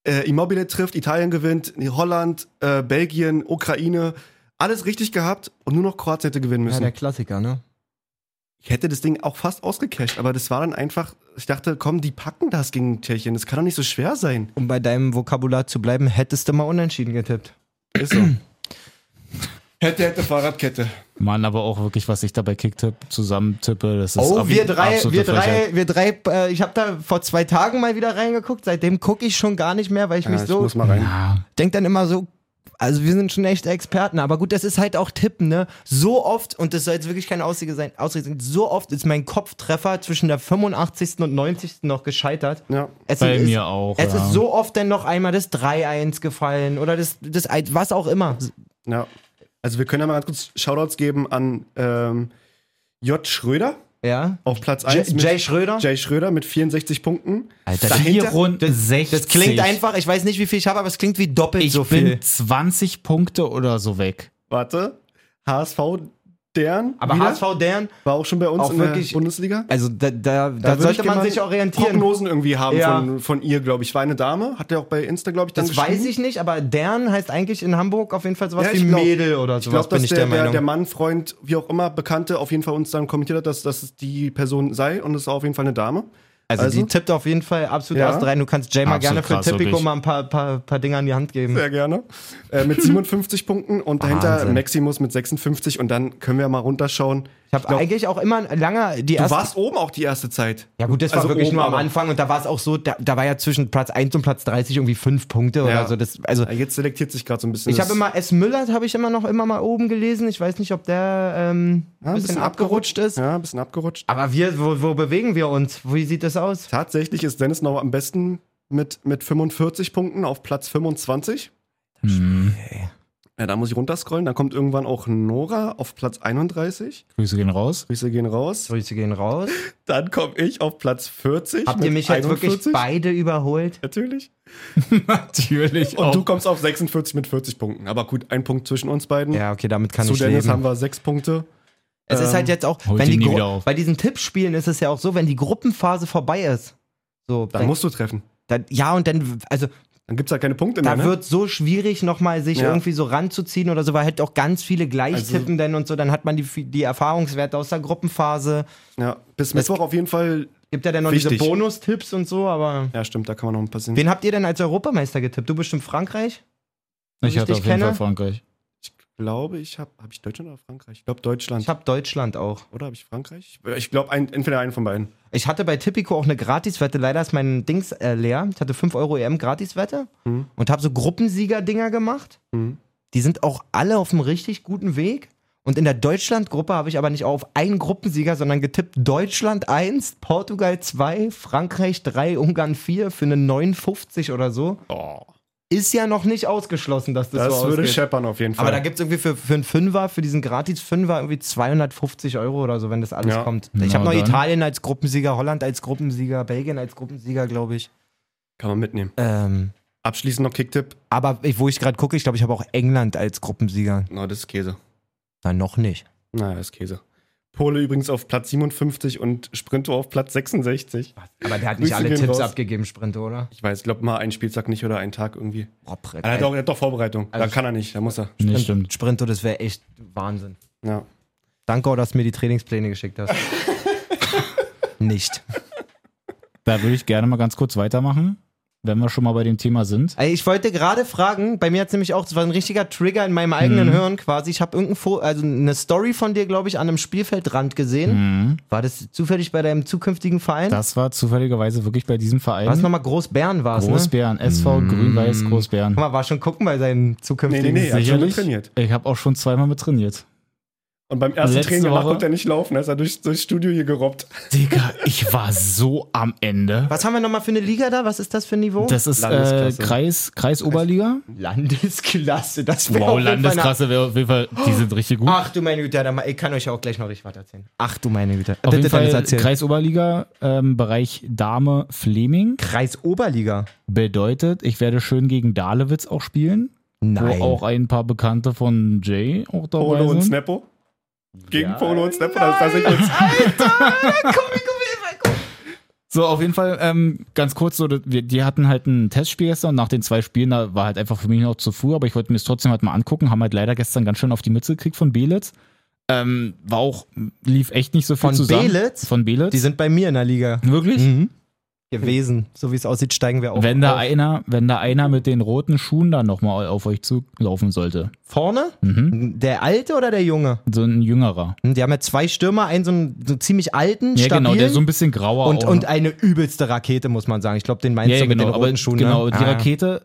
Speaker 5: äh, Immobile trifft, Italien gewinnt, Holland, äh, Belgien, Ukraine, alles richtig gehabt und nur noch Kroatien hätte gewinnen
Speaker 7: Ja,
Speaker 5: müssen.
Speaker 7: der Klassiker, ne?
Speaker 5: ich hätte das Ding auch fast ausgecasht, aber das war dann einfach. Ich dachte, komm, die packen das gegen Tschechien. Das kann doch nicht so schwer sein.
Speaker 7: Um bei deinem Vokabular zu bleiben, hättest du mal unentschieden getippt.
Speaker 5: Ist so. hätte, hätte Fahrradkette.
Speaker 4: Mann, aber auch wirklich, was ich da bei Kicktipp zusammentippe, das ist
Speaker 7: Oh,
Speaker 4: ab-
Speaker 7: wir drei,
Speaker 4: absolute
Speaker 7: wir
Speaker 4: Frechheit.
Speaker 7: drei, wir drei, äh, ich habe da vor zwei Tagen mal wieder reingeguckt, seitdem gucke ich schon gar nicht mehr, weil ich mich
Speaker 5: Ja, ich
Speaker 7: so,
Speaker 5: muss mal rein.
Speaker 4: Ja,
Speaker 7: denk dann immer so, also wir sind schon echt Experten, aber gut, das ist halt auch Tippen, ne? So oft, und das soll jetzt wirklich keine Ausrede sein, Ausrede sein so oft ist mein Kopftreffer zwischen der 85. und 90. noch gescheitert.
Speaker 5: Ja.
Speaker 7: Es
Speaker 4: bei
Speaker 7: ist,
Speaker 4: mir auch.
Speaker 7: Es
Speaker 4: ja.
Speaker 7: ist so oft dann noch einmal das 3-1 gefallen oder das, das Ein- was auch immer.
Speaker 5: Ja. Also wir können ja mal ganz kurz Shoutouts geben an ähm, J. Schröder
Speaker 7: Ja.
Speaker 5: auf Platz
Speaker 7: J-
Speaker 5: 1. mit-
Speaker 7: Jay Schröder?
Speaker 5: Jay Schröder mit 64 Punkten.
Speaker 7: Alter,
Speaker 5: Dahinter-
Speaker 4: 4 Runden 60.
Speaker 7: Das klingt einfach, ich weiß nicht, wie viel ich habe, aber es klingt wie doppelt
Speaker 4: Ich
Speaker 7: so viel.
Speaker 4: bin 20 Punkte oder so weg.
Speaker 5: Warte. HSV Dern.
Speaker 7: Aber
Speaker 5: wieder.
Speaker 7: HSV Dern,
Speaker 5: war auch schon bei uns
Speaker 7: auch
Speaker 5: in der
Speaker 7: wirklich-
Speaker 5: Bundesliga.
Speaker 7: also da, da, da,
Speaker 5: würd
Speaker 7: sollte
Speaker 5: ich
Speaker 7: man
Speaker 5: gerne
Speaker 7: sich
Speaker 5: mal
Speaker 7: orientieren.
Speaker 5: Prognosen irgendwie haben
Speaker 7: Ja.
Speaker 5: von, von ihr, glaube ich. War eine Dame, hat er auch bei Insta, glaube ich, dann
Speaker 7: Das weiß
Speaker 5: geschrieben.
Speaker 7: ich nicht, aber Dern heißt eigentlich in Hamburg auf jeden Fall sowas
Speaker 5: Ja,
Speaker 7: wie
Speaker 5: ich glaub-
Speaker 7: Mädel oder
Speaker 5: Ich glaube,
Speaker 7: sowas,
Speaker 5: dass
Speaker 7: bin ich
Speaker 5: der,
Speaker 7: der,
Speaker 5: der,
Speaker 7: Meinung.
Speaker 5: der Mann, Freund, wie auch immer, Bekannte auf jeden Fall uns dann kommentiert hat, dass, dass es die Person sei und es war auf jeden Fall eine Dame.
Speaker 7: also,
Speaker 5: also-
Speaker 7: die tippt auf jeden Fall absolut
Speaker 5: Ja.
Speaker 7: aus rein. Du kannst Jay mal
Speaker 4: Absolut
Speaker 7: gerne für
Speaker 4: krass,
Speaker 7: Tippico
Speaker 4: wirklich.
Speaker 7: mal ein paar, paar, paar Dinger in die Hand geben.
Speaker 5: Sehr gerne. Äh, mit 57 Punkten und dahinter
Speaker 7: Wahnsinn.
Speaker 5: Maximus mit 56 und dann können wir mal runterschauen.
Speaker 7: Ich habe
Speaker 5: glaub,
Speaker 7: eigentlich auch immer lange die
Speaker 5: Du
Speaker 7: erste
Speaker 5: warst oben auch die erste Zeit.
Speaker 7: Ja gut, das
Speaker 5: Also
Speaker 7: war wirklich
Speaker 5: oben,
Speaker 7: nur am
Speaker 5: aber-
Speaker 7: Anfang und da war es auch so, da, da war ja zwischen Platz 1 und Platz 30 irgendwie fünf Punkte oder
Speaker 5: Ja.
Speaker 7: so. Das, also
Speaker 5: Ja, Ah, Jetzt selektiert sich gerade so ein bisschen.
Speaker 7: ich
Speaker 5: das-
Speaker 7: habe immer S. Müller habe ich immer noch immer mal oben gelesen. Ich weiß nicht, ob der ähm,
Speaker 5: Ja,
Speaker 7: ein bisschen abgerutscht ist.
Speaker 5: Ja, ein bisschen abgerutscht.
Speaker 7: Aber wir, wo, wo bewegen wir uns? Wie sieht das aus?
Speaker 5: Tatsächlich ist Dennis noch am besten mit, mit 45 Punkten auf Platz 25.
Speaker 4: Hm.
Speaker 5: Ja, da muss ich runterscrollen. Dann kommt irgendwann auch Nora auf Platz 31.
Speaker 4: Grüße gehen raus.
Speaker 5: Grüße gehen raus.
Speaker 7: Grüße gehen raus.
Speaker 5: Dann komme ich auf Platz 40.
Speaker 7: Habt
Speaker 5: mit
Speaker 7: ihr mich jetzt wirklich
Speaker 5: 41.
Speaker 7: beide überholt?
Speaker 5: Natürlich.
Speaker 4: Natürlich.
Speaker 5: Und du kommst auf 46 mit 40 Punkten. Aber gut, ein Punkt zwischen uns beiden.
Speaker 7: Ja, okay, damit kann
Speaker 5: Zu
Speaker 7: ich
Speaker 5: Dennis
Speaker 7: leben.
Speaker 5: haben wir sechs Punkte.
Speaker 7: es ist halt
Speaker 5: ähm,
Speaker 7: jetzt auch,
Speaker 4: holt
Speaker 7: wenn
Speaker 4: ihn
Speaker 7: die
Speaker 4: nie
Speaker 7: Gru-
Speaker 4: wieder auf.
Speaker 7: bei diesen Tippspielen ist es ja auch so, wenn die Gruppenphase vorbei ist. So,
Speaker 5: Dann
Speaker 7: wenn-
Speaker 5: musst du treffen.
Speaker 7: dann, ja und dann, also
Speaker 5: Dann gibt es ja keine Punkte mehr.
Speaker 7: Da
Speaker 5: Ne?
Speaker 7: wird so schwierig, nochmal sich
Speaker 5: Ja.
Speaker 7: irgendwie so ranzuziehen oder so, weil halt auch ganz viele gleich
Speaker 5: Also-
Speaker 7: tippen denn und so, dann hat man die, die Erfahrungswerte aus der Gruppenphase.
Speaker 5: Ja, bis Mittwoch auf jeden Fall.
Speaker 7: Gibt ja dann noch
Speaker 5: Wichtig.
Speaker 7: diese Bonustipps und so, aber.
Speaker 5: Ja, stimmt, da kann man noch ein paar sehen.
Speaker 7: Wen habt ihr denn als Europameister getippt? Du bestimmt Frankreich?
Speaker 4: Ich hatte
Speaker 7: richtig
Speaker 4: auf jeden
Speaker 7: kenne?
Speaker 4: Fall Frankreich.
Speaker 5: Ich glaube, ich habe. Habe ich Deutschland oder Frankreich? Ich glaube, Deutschland.
Speaker 7: Ich hab Deutschland auch.
Speaker 5: oder habe ich Frankreich? Ich glaube, ein, entweder einen von beiden.
Speaker 7: Ich hatte bei Tipico auch eine Gratiswette, leider ist mein Dings äh, leer. Ich hatte 5 Euro EM Gratiswette
Speaker 5: Mhm.
Speaker 7: und habe so Gruppensieger-Dinger gemacht.
Speaker 5: Mhm.
Speaker 7: Die sind auch alle auf einem richtig guten Weg. Und in der Deutschland-Gruppe habe ich aber nicht auf einen Gruppensieger, sondern getippt Deutschland 1, Portugal 2, Frankreich 3, Ungarn 4 für eine 59 oder so. Ist ja noch nicht ausgeschlossen, dass das,
Speaker 5: Das,
Speaker 7: Oh. so
Speaker 5: würde
Speaker 7: ausgeht.
Speaker 5: scheppern auf jeden Fall.
Speaker 7: Aber da gibt es irgendwie für, für einen Fünfer, für diesen Gratis-Fünfer irgendwie 250 Euro oder so, wenn das alles
Speaker 5: Ja.
Speaker 7: kommt.
Speaker 4: Na
Speaker 7: Ich habe noch
Speaker 4: dann.
Speaker 7: Italien als Gruppensieger, Holland als Gruppensieger, Belgien als Gruppensieger, glaube ich.
Speaker 5: kann man mitnehmen.
Speaker 7: Ähm,
Speaker 5: Abschließend noch Kicktipp.
Speaker 7: aber ich, wo ich gerade gucke, ich glaube, ich habe auch England als Gruppensieger.
Speaker 5: Na, das ist Käse.
Speaker 7: Nein, noch nicht.
Speaker 5: Naja, ist Käse. Pole übrigens auf Platz 57 und Sprinto auf Platz 66.
Speaker 7: Aber der hat
Speaker 5: nicht
Speaker 7: nicht
Speaker 5: Grüße alle
Speaker 7: alle
Speaker 5: gehen
Speaker 7: Tipps
Speaker 5: Tipps raus.
Speaker 7: abgegeben, Sprint, oder?
Speaker 5: Ich weiß, ich glaube mal einen Spieltag nicht oder einen Tag irgendwie. Er hat doch, er hat doch Vorbereitung.
Speaker 7: Also
Speaker 5: da kann er nicht, da muss er.
Speaker 4: Nee,
Speaker 7: Sprint,
Speaker 4: stimmt.
Speaker 7: Sprinto, das wäre echt Wahnsinn.
Speaker 5: Ja.
Speaker 7: Danke, dass du mir die Trainingspläne geschickt hast. nicht.
Speaker 4: Da würde ich gerne mal ganz kurz weitermachen, wenn wir schon mal bei dem Thema sind.
Speaker 7: Ey, ich wollte gerade fragen, bei mir hat nämlich auch, das war ein richtiger Trigger in meinem
Speaker 4: Mhm.
Speaker 7: eigenen Hören quasi. Ich habe irgendein Fo also eine Story von dir, glaube ich, an einem Spielfeldrand gesehen. War das zufällig bei deinem zukünftigen Verein?
Speaker 4: Mhm. Das war zufälligerweise wirklich bei diesem Verein.
Speaker 7: Was nochmal Groß-Bern war es, ne?
Speaker 4: Großbären, SV Grün-Weiß Großbären.
Speaker 7: Guck mal, war schon gucken bei seinem
Speaker 5: Nee,
Speaker 7: zukünftigen
Speaker 5: nee, nee, er hat schon
Speaker 4: Sicherlich.
Speaker 5: mittrainiert.
Speaker 4: Ich habe auch schon zweimal mit trainiert.
Speaker 5: Und beim ersten
Speaker 4: Letzte
Speaker 5: Training danach
Speaker 4: Woche-
Speaker 5: konnte er nicht laufen, da ist er durch, durchs Studio hier gerobbt.
Speaker 4: Digga, ich war so am Ende.
Speaker 7: Was haben wir nochmal für eine Liga da? Was ist das für ein Niveau?
Speaker 4: Das ist äh,
Speaker 5: Landesklasse.
Speaker 4: Kreis, Kreis Oberliga.
Speaker 7: Landesklasse, das wäre auf
Speaker 4: Wow,
Speaker 7: jeden Fall eine- Ah,
Speaker 4: Landesklasse wäre auf jeden Fall, die sind richtig gut.
Speaker 7: Ach du meine Güte, ja, dann mal- ich kann euch ja auch gleich noch richtig was erzählen. Ach du meine Güte.
Speaker 4: auf jeden
Speaker 7: Bitte, Dennis,
Speaker 4: Fall
Speaker 7: erzähl.
Speaker 4: Kreis Oberliga, ähm, Bereich Dame Fleming.
Speaker 7: Kreis Oberliga.
Speaker 4: Bedeutet, ich werde schön gegen Dahlewitz auch spielen.
Speaker 7: Nein. ne?
Speaker 4: Wo auch ein paar Bekannte von Jay auch dabei
Speaker 5: Polo und
Speaker 4: sind.
Speaker 5: Snappo. Gegen Polo und Snappo, da, da sind wir jetzt.
Speaker 4: So, auf jeden Fall, ähm, ganz kurz, so, wir, die hatten halt ein Testspiel gestern und nach den zwei Spielen, da war halt einfach für mich noch zu früh, aber ich wollte mir es trotzdem halt mal angucken, haben halt leider gestern ganz schön auf die Mütze gekriegt von Belitz. Ähm, war auch, lief echt nicht so viel
Speaker 7: Von
Speaker 4: zusammen.
Speaker 7: Belitz?
Speaker 4: Von Belitz?
Speaker 7: Die sind bei mir in der Liga.
Speaker 4: Wirklich?
Speaker 7: Mhm. Gewesen. So wie es aussieht, steigen wir auch.
Speaker 4: Wenn da
Speaker 7: auf.
Speaker 4: einer, wenn da einer mit den roten Schuhen dann nochmal auf euch zulaufen sollte.
Speaker 7: Vorne?
Speaker 4: Mhm.
Speaker 7: Der alte oder der junge?
Speaker 4: So ein jüngerer.
Speaker 7: Hm, Die haben ja zwei Stürmer, einen so einen so ziemlich alten,
Speaker 4: Ja,
Speaker 7: stabilen
Speaker 4: genau, der ist so ein bisschen grauer.
Speaker 7: und,
Speaker 4: auch,
Speaker 7: und
Speaker 4: ne?
Speaker 7: eine übelste Rakete, muss man sagen. Ich glaube, den meinst
Speaker 4: ja,
Speaker 7: du
Speaker 4: ja, genau,
Speaker 7: mit den
Speaker 4: aber
Speaker 7: roten Schuhen.
Speaker 4: genau,
Speaker 7: ne?
Speaker 4: die Rakete.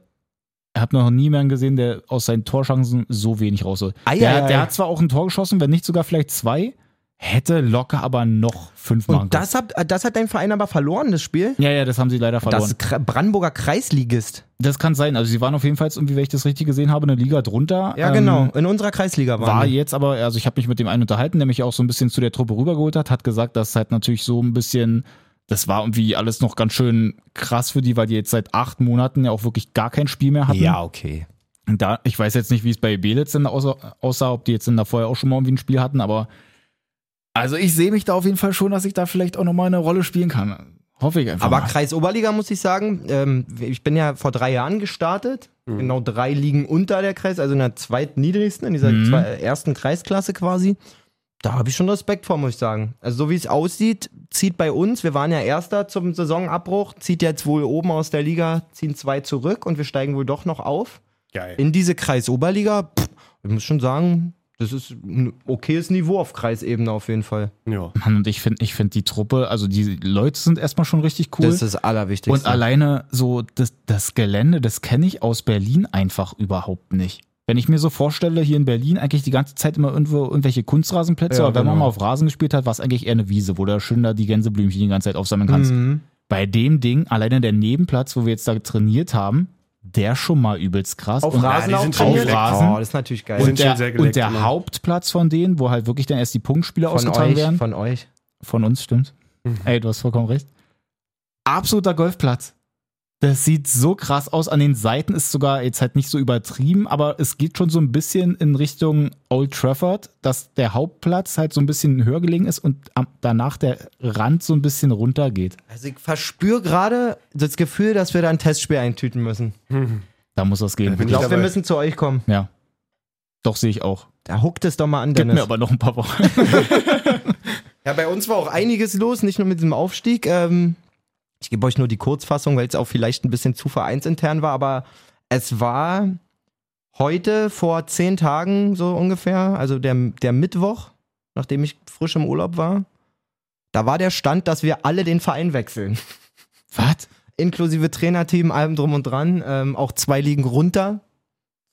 Speaker 4: Ich habe noch nie einen gesehen, der aus seinen Torschancen so wenig rausholt.
Speaker 7: Ei,
Speaker 4: der,
Speaker 7: ei, ei.
Speaker 4: der hat zwar auch ein Tor geschossen, wenn nicht sogar vielleicht zwei, hätte locker aber noch fünf
Speaker 7: Ja.
Speaker 4: machen
Speaker 7: Und das hat, das hat dein Verein aber verloren, das Spiel?
Speaker 4: können. Ja, ja, das haben sie leider
Speaker 7: Das
Speaker 4: verloren.
Speaker 7: ist Kre- Brandenburger Kreisligist.
Speaker 4: Das, kann sein. Also sie waren auf jeden Fall, irgendwie, wenn ich das richtig gesehen habe, eine Liga drunter.
Speaker 7: Ja,
Speaker 4: Ähm,
Speaker 7: genau. In unserer Kreisliga waren
Speaker 4: War
Speaker 7: die.
Speaker 4: jetzt aber, also ich habe mich mit dem einen unterhalten, der mich auch so ein bisschen zu der Truppe rübergeholt hat, hat gesagt, dass halt natürlich so ein bisschen, das war irgendwie alles noch ganz schön krass für die, weil die jetzt seit acht Monaten ja auch wirklich gar kein Spiel mehr hatten.
Speaker 7: Ja, okay.
Speaker 4: Und da, ich weiß jetzt nicht, wie es bei Belitz denn aussah, aussah, ob die jetzt denn da vorher auch schon mal irgendwie ein Spiel hatten, aber also ich sehe mich da auf jeden Fall schon, dass ich da vielleicht auch nochmal eine Rolle spielen kann. Hoffe ich einfach.
Speaker 7: Aber
Speaker 4: mal.
Speaker 7: Kreis Oberliga muss ich sagen, ähm, ich bin ja vor drei Jahren gestartet.
Speaker 4: Mhm.
Speaker 7: Genau drei liegen unter der Kreis, also in der zweitniedrigsten, in dieser
Speaker 4: Mhm.
Speaker 7: zwei, äh, ersten Kreisklasse quasi. Da habe ich schon Respekt vor, muss ich sagen. Also so wie es aussieht, zieht bei uns, wir waren ja Erster zum Saisonabbruch, zieht jetzt wohl oben aus der Liga, ziehen zwei zurück und wir steigen wohl doch noch auf.
Speaker 5: Geil.
Speaker 7: In diese Kreis Oberliga, pff, ich muss schon sagen, das ist ein okayes Niveau auf Kreisebene auf jeden Fall.
Speaker 5: Ja.
Speaker 4: Mann, und ich finde ich find die Truppe, also die Leute sind erstmal schon richtig cool.
Speaker 7: Das ist das Allerwichtigste.
Speaker 4: Und alleine so das, das Gelände, das kenne ich aus Berlin einfach überhaupt nicht. Wenn ich mir so vorstelle, hier in Berlin eigentlich die ganze Zeit immer irgendwo irgendwelche Kunstrasenplätze,
Speaker 7: Ja,
Speaker 4: aber wenn man
Speaker 7: genau.
Speaker 4: mal auf Rasen gespielt hat, war es eigentlich eher eine Wiese, wo du schön da die Gänseblümchen die ganze Zeit aufsammeln kannst.
Speaker 7: Mhm.
Speaker 4: Bei dem Ding, alleine der Nebenplatz, wo wir jetzt da trainiert haben, der schon mal übelst krass.
Speaker 7: Auf
Speaker 4: Und-
Speaker 7: Rasen
Speaker 5: die
Speaker 7: auch
Speaker 5: sind
Speaker 4: schon
Speaker 7: trainiert?
Speaker 4: geleckt. Rasen.
Speaker 7: Oh, das ist natürlich geil.
Speaker 4: und
Speaker 5: sind
Speaker 4: der,
Speaker 5: schon sehr
Speaker 4: und
Speaker 5: geleckt,
Speaker 4: der
Speaker 5: immer.
Speaker 4: Hauptplatz von denen, wo halt wirklich dann erst die Punktspiele ausgetragen werden.
Speaker 7: von euch.
Speaker 4: Von uns, stimmt.
Speaker 5: Mhm.
Speaker 4: Ey, du hast vollkommen recht. Absoluter Golfplatz. Das sieht so krass aus. An den Seiten ist sogar jetzt halt nicht so übertrieben, aber es geht schon so ein bisschen in Richtung Old Trafford, dass der Hauptplatz halt so ein bisschen höher gelegen ist und am, danach der Rand so ein bisschen runter geht.
Speaker 7: Also ich verspüre gerade das Gefühl, dass wir da ein Testspiel eintüten müssen.
Speaker 4: Da muss das gehen.
Speaker 5: bin
Speaker 7: Ich
Speaker 5: ich
Speaker 7: glaube, wir
Speaker 5: dabei.
Speaker 7: müssen zu euch kommen.
Speaker 4: Ja. Doch, sehe ich auch.
Speaker 7: Da huckt es doch mal an,
Speaker 4: Gib mir
Speaker 7: Dennis.
Speaker 4: aber noch ein paar Wochen.
Speaker 7: Ja, bei uns war auch einiges los, nicht nur mit diesem Aufstieg. Ähm, ich gebe euch nur die Kurzfassung, weil es auch vielleicht ein bisschen zu vereinsintern war, aber es war heute vor zehn Tagen so ungefähr, also der, der Mittwoch, nachdem ich frisch im Urlaub war, da war der Stand, dass wir alle den Verein wechseln.
Speaker 4: Was?
Speaker 7: inklusive Trainerteam, allem drum und dran, ähm, auch zwei Ligen runter.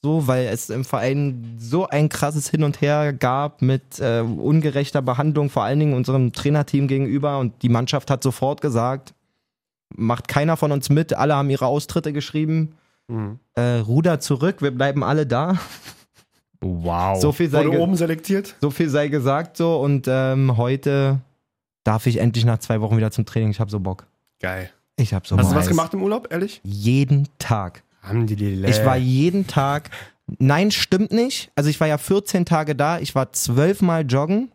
Speaker 7: So, weil es im Verein so ein krasses Hin und Her gab mit äh, ungerechter Behandlung, vor allen Dingen unserem Trainerteam gegenüber. Und die Mannschaft hat sofort gesagt, macht keiner von uns mit, alle haben ihre Austritte geschrieben.
Speaker 5: Mhm.
Speaker 7: Äh, Ruder zurück, wir bleiben alle da.
Speaker 4: Wow.
Speaker 7: So viel sei
Speaker 5: Wurde
Speaker 7: ge-
Speaker 5: oben selektiert?
Speaker 7: so viel sei gesagt so und ähm, heute darf ich endlich nach zwei Wochen wieder zum Training. Ich hab so Bock.
Speaker 5: Geil.
Speaker 7: Ich hab so
Speaker 5: Hast du
Speaker 7: Bock.
Speaker 5: was gemacht im Urlaub, ehrlich?
Speaker 7: Jeden Tag.
Speaker 5: Haben die
Speaker 7: Ich war jeden Tag Nein, stimmt nicht. Also ich war ja 14 Tage da, ich war zwölfmal joggen,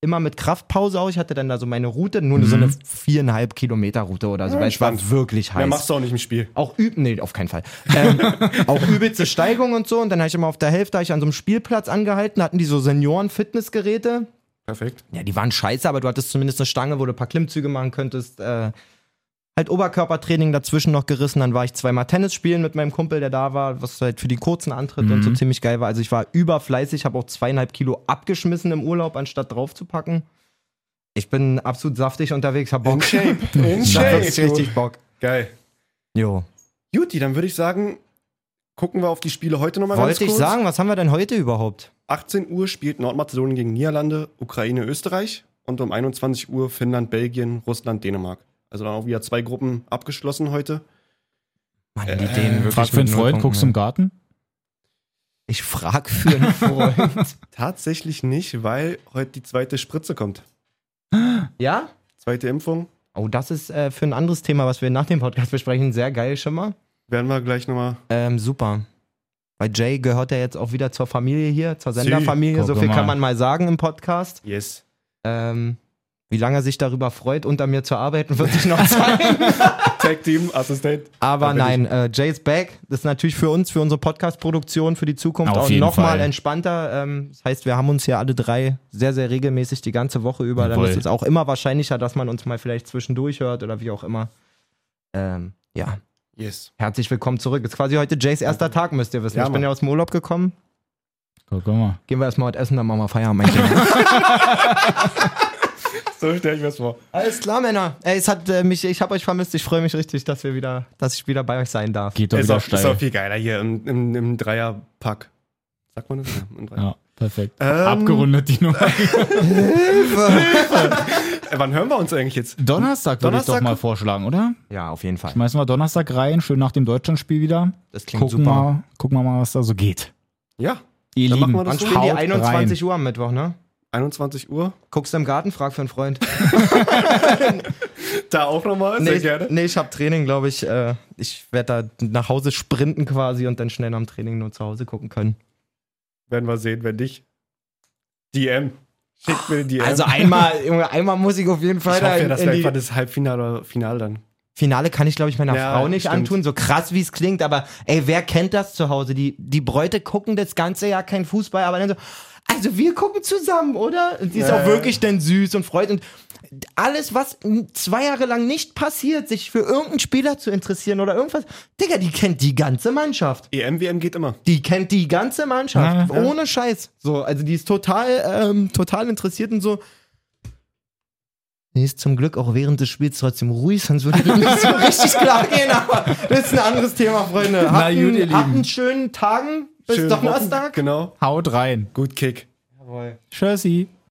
Speaker 7: immer mit Kraftpause auch. Ich hatte dann da so meine Route, nur so eine viereinhalb Kilometer Route oder so, weil ich war
Speaker 5: Mhm. entspannt.
Speaker 7: wirklich heiß.
Speaker 5: Mehr machst du auch nicht im Spiel.
Speaker 7: Auch üb, nee, auf keinen Fall. Ähm, auch übelste Steigung und so. Und dann habe ich immer auf der Hälfte hab ich an so einem Spielplatz angehalten, hatten die so Senioren-Fitnessgeräte.
Speaker 5: Perfekt.
Speaker 7: Ja, die waren scheiße, aber du hattest zumindest eine Stange, wo du ein paar Klimmzüge machen könntest. Äh, halt Oberkörpertraining dazwischen noch gerissen. Dann war ich zweimal Tennis spielen mit meinem Kumpel, der da war, was halt für die kurzen Antritte und
Speaker 5: Mhm.
Speaker 7: so ziemlich geil war. Also ich war überfleißig, habe auch zweieinhalb Kilo abgeschmissen im Urlaub, anstatt draufzupacken. Ich bin absolut saftig unterwegs, hab Bock.
Speaker 5: In
Speaker 7: Ich hab
Speaker 5: shape.
Speaker 7: wirklich richtig Bock.
Speaker 5: Geil.
Speaker 7: Jo.
Speaker 5: Juti, dann würde ich sagen, gucken wir auf die Spiele heute nochmal ganz
Speaker 7: Wollte
Speaker 5: kurz.
Speaker 7: ich sagen, was haben wir denn heute überhaupt?
Speaker 5: 18 Uhr spielt Nordmazedonien gegen Niederlande, Ukraine, Österreich und um 21 Uhr Finnland, Belgien, Russland, Dänemark. Also dann auch wieder zwei Gruppen abgeschlossen heute.
Speaker 7: Mann, die
Speaker 5: Äh.
Speaker 7: Dänen wirklich
Speaker 4: Frag für einen
Speaker 7: mit null
Speaker 4: Freund,
Speaker 7: Punkten,
Speaker 4: guckst
Speaker 7: ne?
Speaker 4: im Garten?
Speaker 7: Ich frag für einen Freund.
Speaker 5: Tatsächlich nicht, weil heute die zweite Spritze kommt.
Speaker 7: ja?
Speaker 5: Zweite Impfung.
Speaker 7: Oh, das ist äh, für ein anderes Thema, was wir nach dem Podcast besprechen. Sehr geil schon mal.
Speaker 5: Werden wir gleich nochmal.
Speaker 7: Ähm, super. Weil Jay gehört ja jetzt auch wieder zur Familie hier, zur
Speaker 5: Sie,
Speaker 7: Senderfamilie. so
Speaker 4: guck
Speaker 7: viel
Speaker 4: mal.
Speaker 7: kann man mal sagen im Podcast.
Speaker 5: Yes.
Speaker 7: Ähm, wie lange er sich darüber freut, unter mir zu arbeiten, wird sich noch zeigen.
Speaker 5: Tag Team, Assistent. Da
Speaker 7: Aber
Speaker 5: bin
Speaker 7: nein, äh, Jay ist back. Das ist natürlich für uns, für unsere Podcast-Produktion, für die Zukunft
Speaker 4: Auf
Speaker 7: auch
Speaker 4: jeden
Speaker 7: nochmal
Speaker 4: Fall.
Speaker 7: entspannter. Ähm, das heißt, wir haben uns hier alle drei sehr, sehr regelmäßig die ganze Woche über. Dann
Speaker 4: Jawohl.
Speaker 7: ist es auch immer wahrscheinlicher, dass man uns mal vielleicht zwischendurch hört oder wie auch immer. Ähm, ja.
Speaker 5: Yes.
Speaker 7: Herzlich willkommen zurück. Ist quasi heute Jays erster Tag, müsst ihr wissen.
Speaker 5: Ja,
Speaker 7: ich bin
Speaker 5: Mann.
Speaker 7: ja aus dem Urlaub gekommen.
Speaker 4: Guck mal.
Speaker 7: Gehen wir erstmal was essen, dann machen wir Feierabend. mein Kind.
Speaker 5: So stelle ich mir das vor.
Speaker 7: Alles klar, Männer. Ey, es hat äh, mich, ich habe euch vermisst. Ich freue mich richtig, dass wir wieder, dass ich wieder bei euch sein darf.
Speaker 4: Geht doch
Speaker 5: Ist
Speaker 4: wieder
Speaker 5: auch, ist
Speaker 4: steil.
Speaker 5: auch viel geiler hier im, im, im Dreierpack. Sagt man das? Ja, im Dreier.
Speaker 4: Ja, perfekt.
Speaker 5: Ähm,
Speaker 4: Abgerundet die Nummer.
Speaker 5: Äh, wann hören wir uns eigentlich jetzt?
Speaker 4: Donnerstag würde ich
Speaker 5: Donnerstag-
Speaker 4: doch mal vorschlagen, oder?
Speaker 7: Ja, auf jeden Fall.
Speaker 4: Schmeißen wir Donnerstag rein, schön nach dem Deutschlandspiel wieder.
Speaker 7: Das klingt
Speaker 4: Gucken
Speaker 7: super.
Speaker 4: wir, gucken wir mal, was da so geht.
Speaker 5: Ja,
Speaker 4: Ihr
Speaker 5: Dann machen
Speaker 4: Lieben,
Speaker 5: wir das
Speaker 7: Wann
Speaker 5: so.
Speaker 7: spielen die
Speaker 4: haut
Speaker 7: 21 Uhr am Mittwoch, ne?
Speaker 5: 21 Uhr.
Speaker 7: Guckst du im Garten, frag für einen Freund.
Speaker 5: Da auch nochmal, sehr
Speaker 7: nee,
Speaker 5: gerne.
Speaker 7: nee, ich habe Training, glaube ich. Äh, ich werde da nach Hause sprinten quasi und dann schnell am Training nur zu Hause gucken können.
Speaker 5: Werden wir sehen, wenn nicht. DM. Schickt mir die DM.
Speaker 7: Also einmal, Junge, einmal muss ich auf jeden Fall
Speaker 5: ich hoffe, ja,
Speaker 7: in-
Speaker 5: dass
Speaker 7: in
Speaker 5: wir
Speaker 7: die-
Speaker 5: einfach das Halbfinale oder Finale dann.
Speaker 7: Finale kann ich, glaube ich, meiner
Speaker 5: Ja,
Speaker 7: Frau nicht
Speaker 5: stimmt.
Speaker 7: antun, so krass wie es klingt, aber ey, wer kennt das zu Hause? Die, die Bräute gucken das ganze Jahr kein Fußball, aber dann so, also wir gucken zusammen, oder? Und die ist
Speaker 5: Ja,
Speaker 7: auch
Speaker 5: ja.
Speaker 7: wirklich dann süß und freut und alles, was n- zwei Jahre lang nicht passiert, sich für irgendeinen Spieler zu interessieren oder irgendwas, Digga, die kennt die ganze Mannschaft.
Speaker 5: EM, WM geht immer.
Speaker 7: Die kennt die ganze Mannschaft.
Speaker 4: Ja, ja.
Speaker 7: Ohne Scheiß. So, also die ist total, ähm, total interessiert und so. Die ist zum Glück auch während des Spiels trotzdem ruhig, sonst würde die nicht so richtig klar gehen, aber das ist ein anderes Thema, Freunde. Habt,
Speaker 4: Na gut, ihr
Speaker 7: einen,
Speaker 4: Lieben.
Speaker 7: habt einen schönen Tagen. Bis
Speaker 5: Schönen Wochen-
Speaker 7: Donnerstag.
Speaker 5: Genau.
Speaker 4: Haut rein.
Speaker 5: Gut Kick.
Speaker 4: Tschüssi.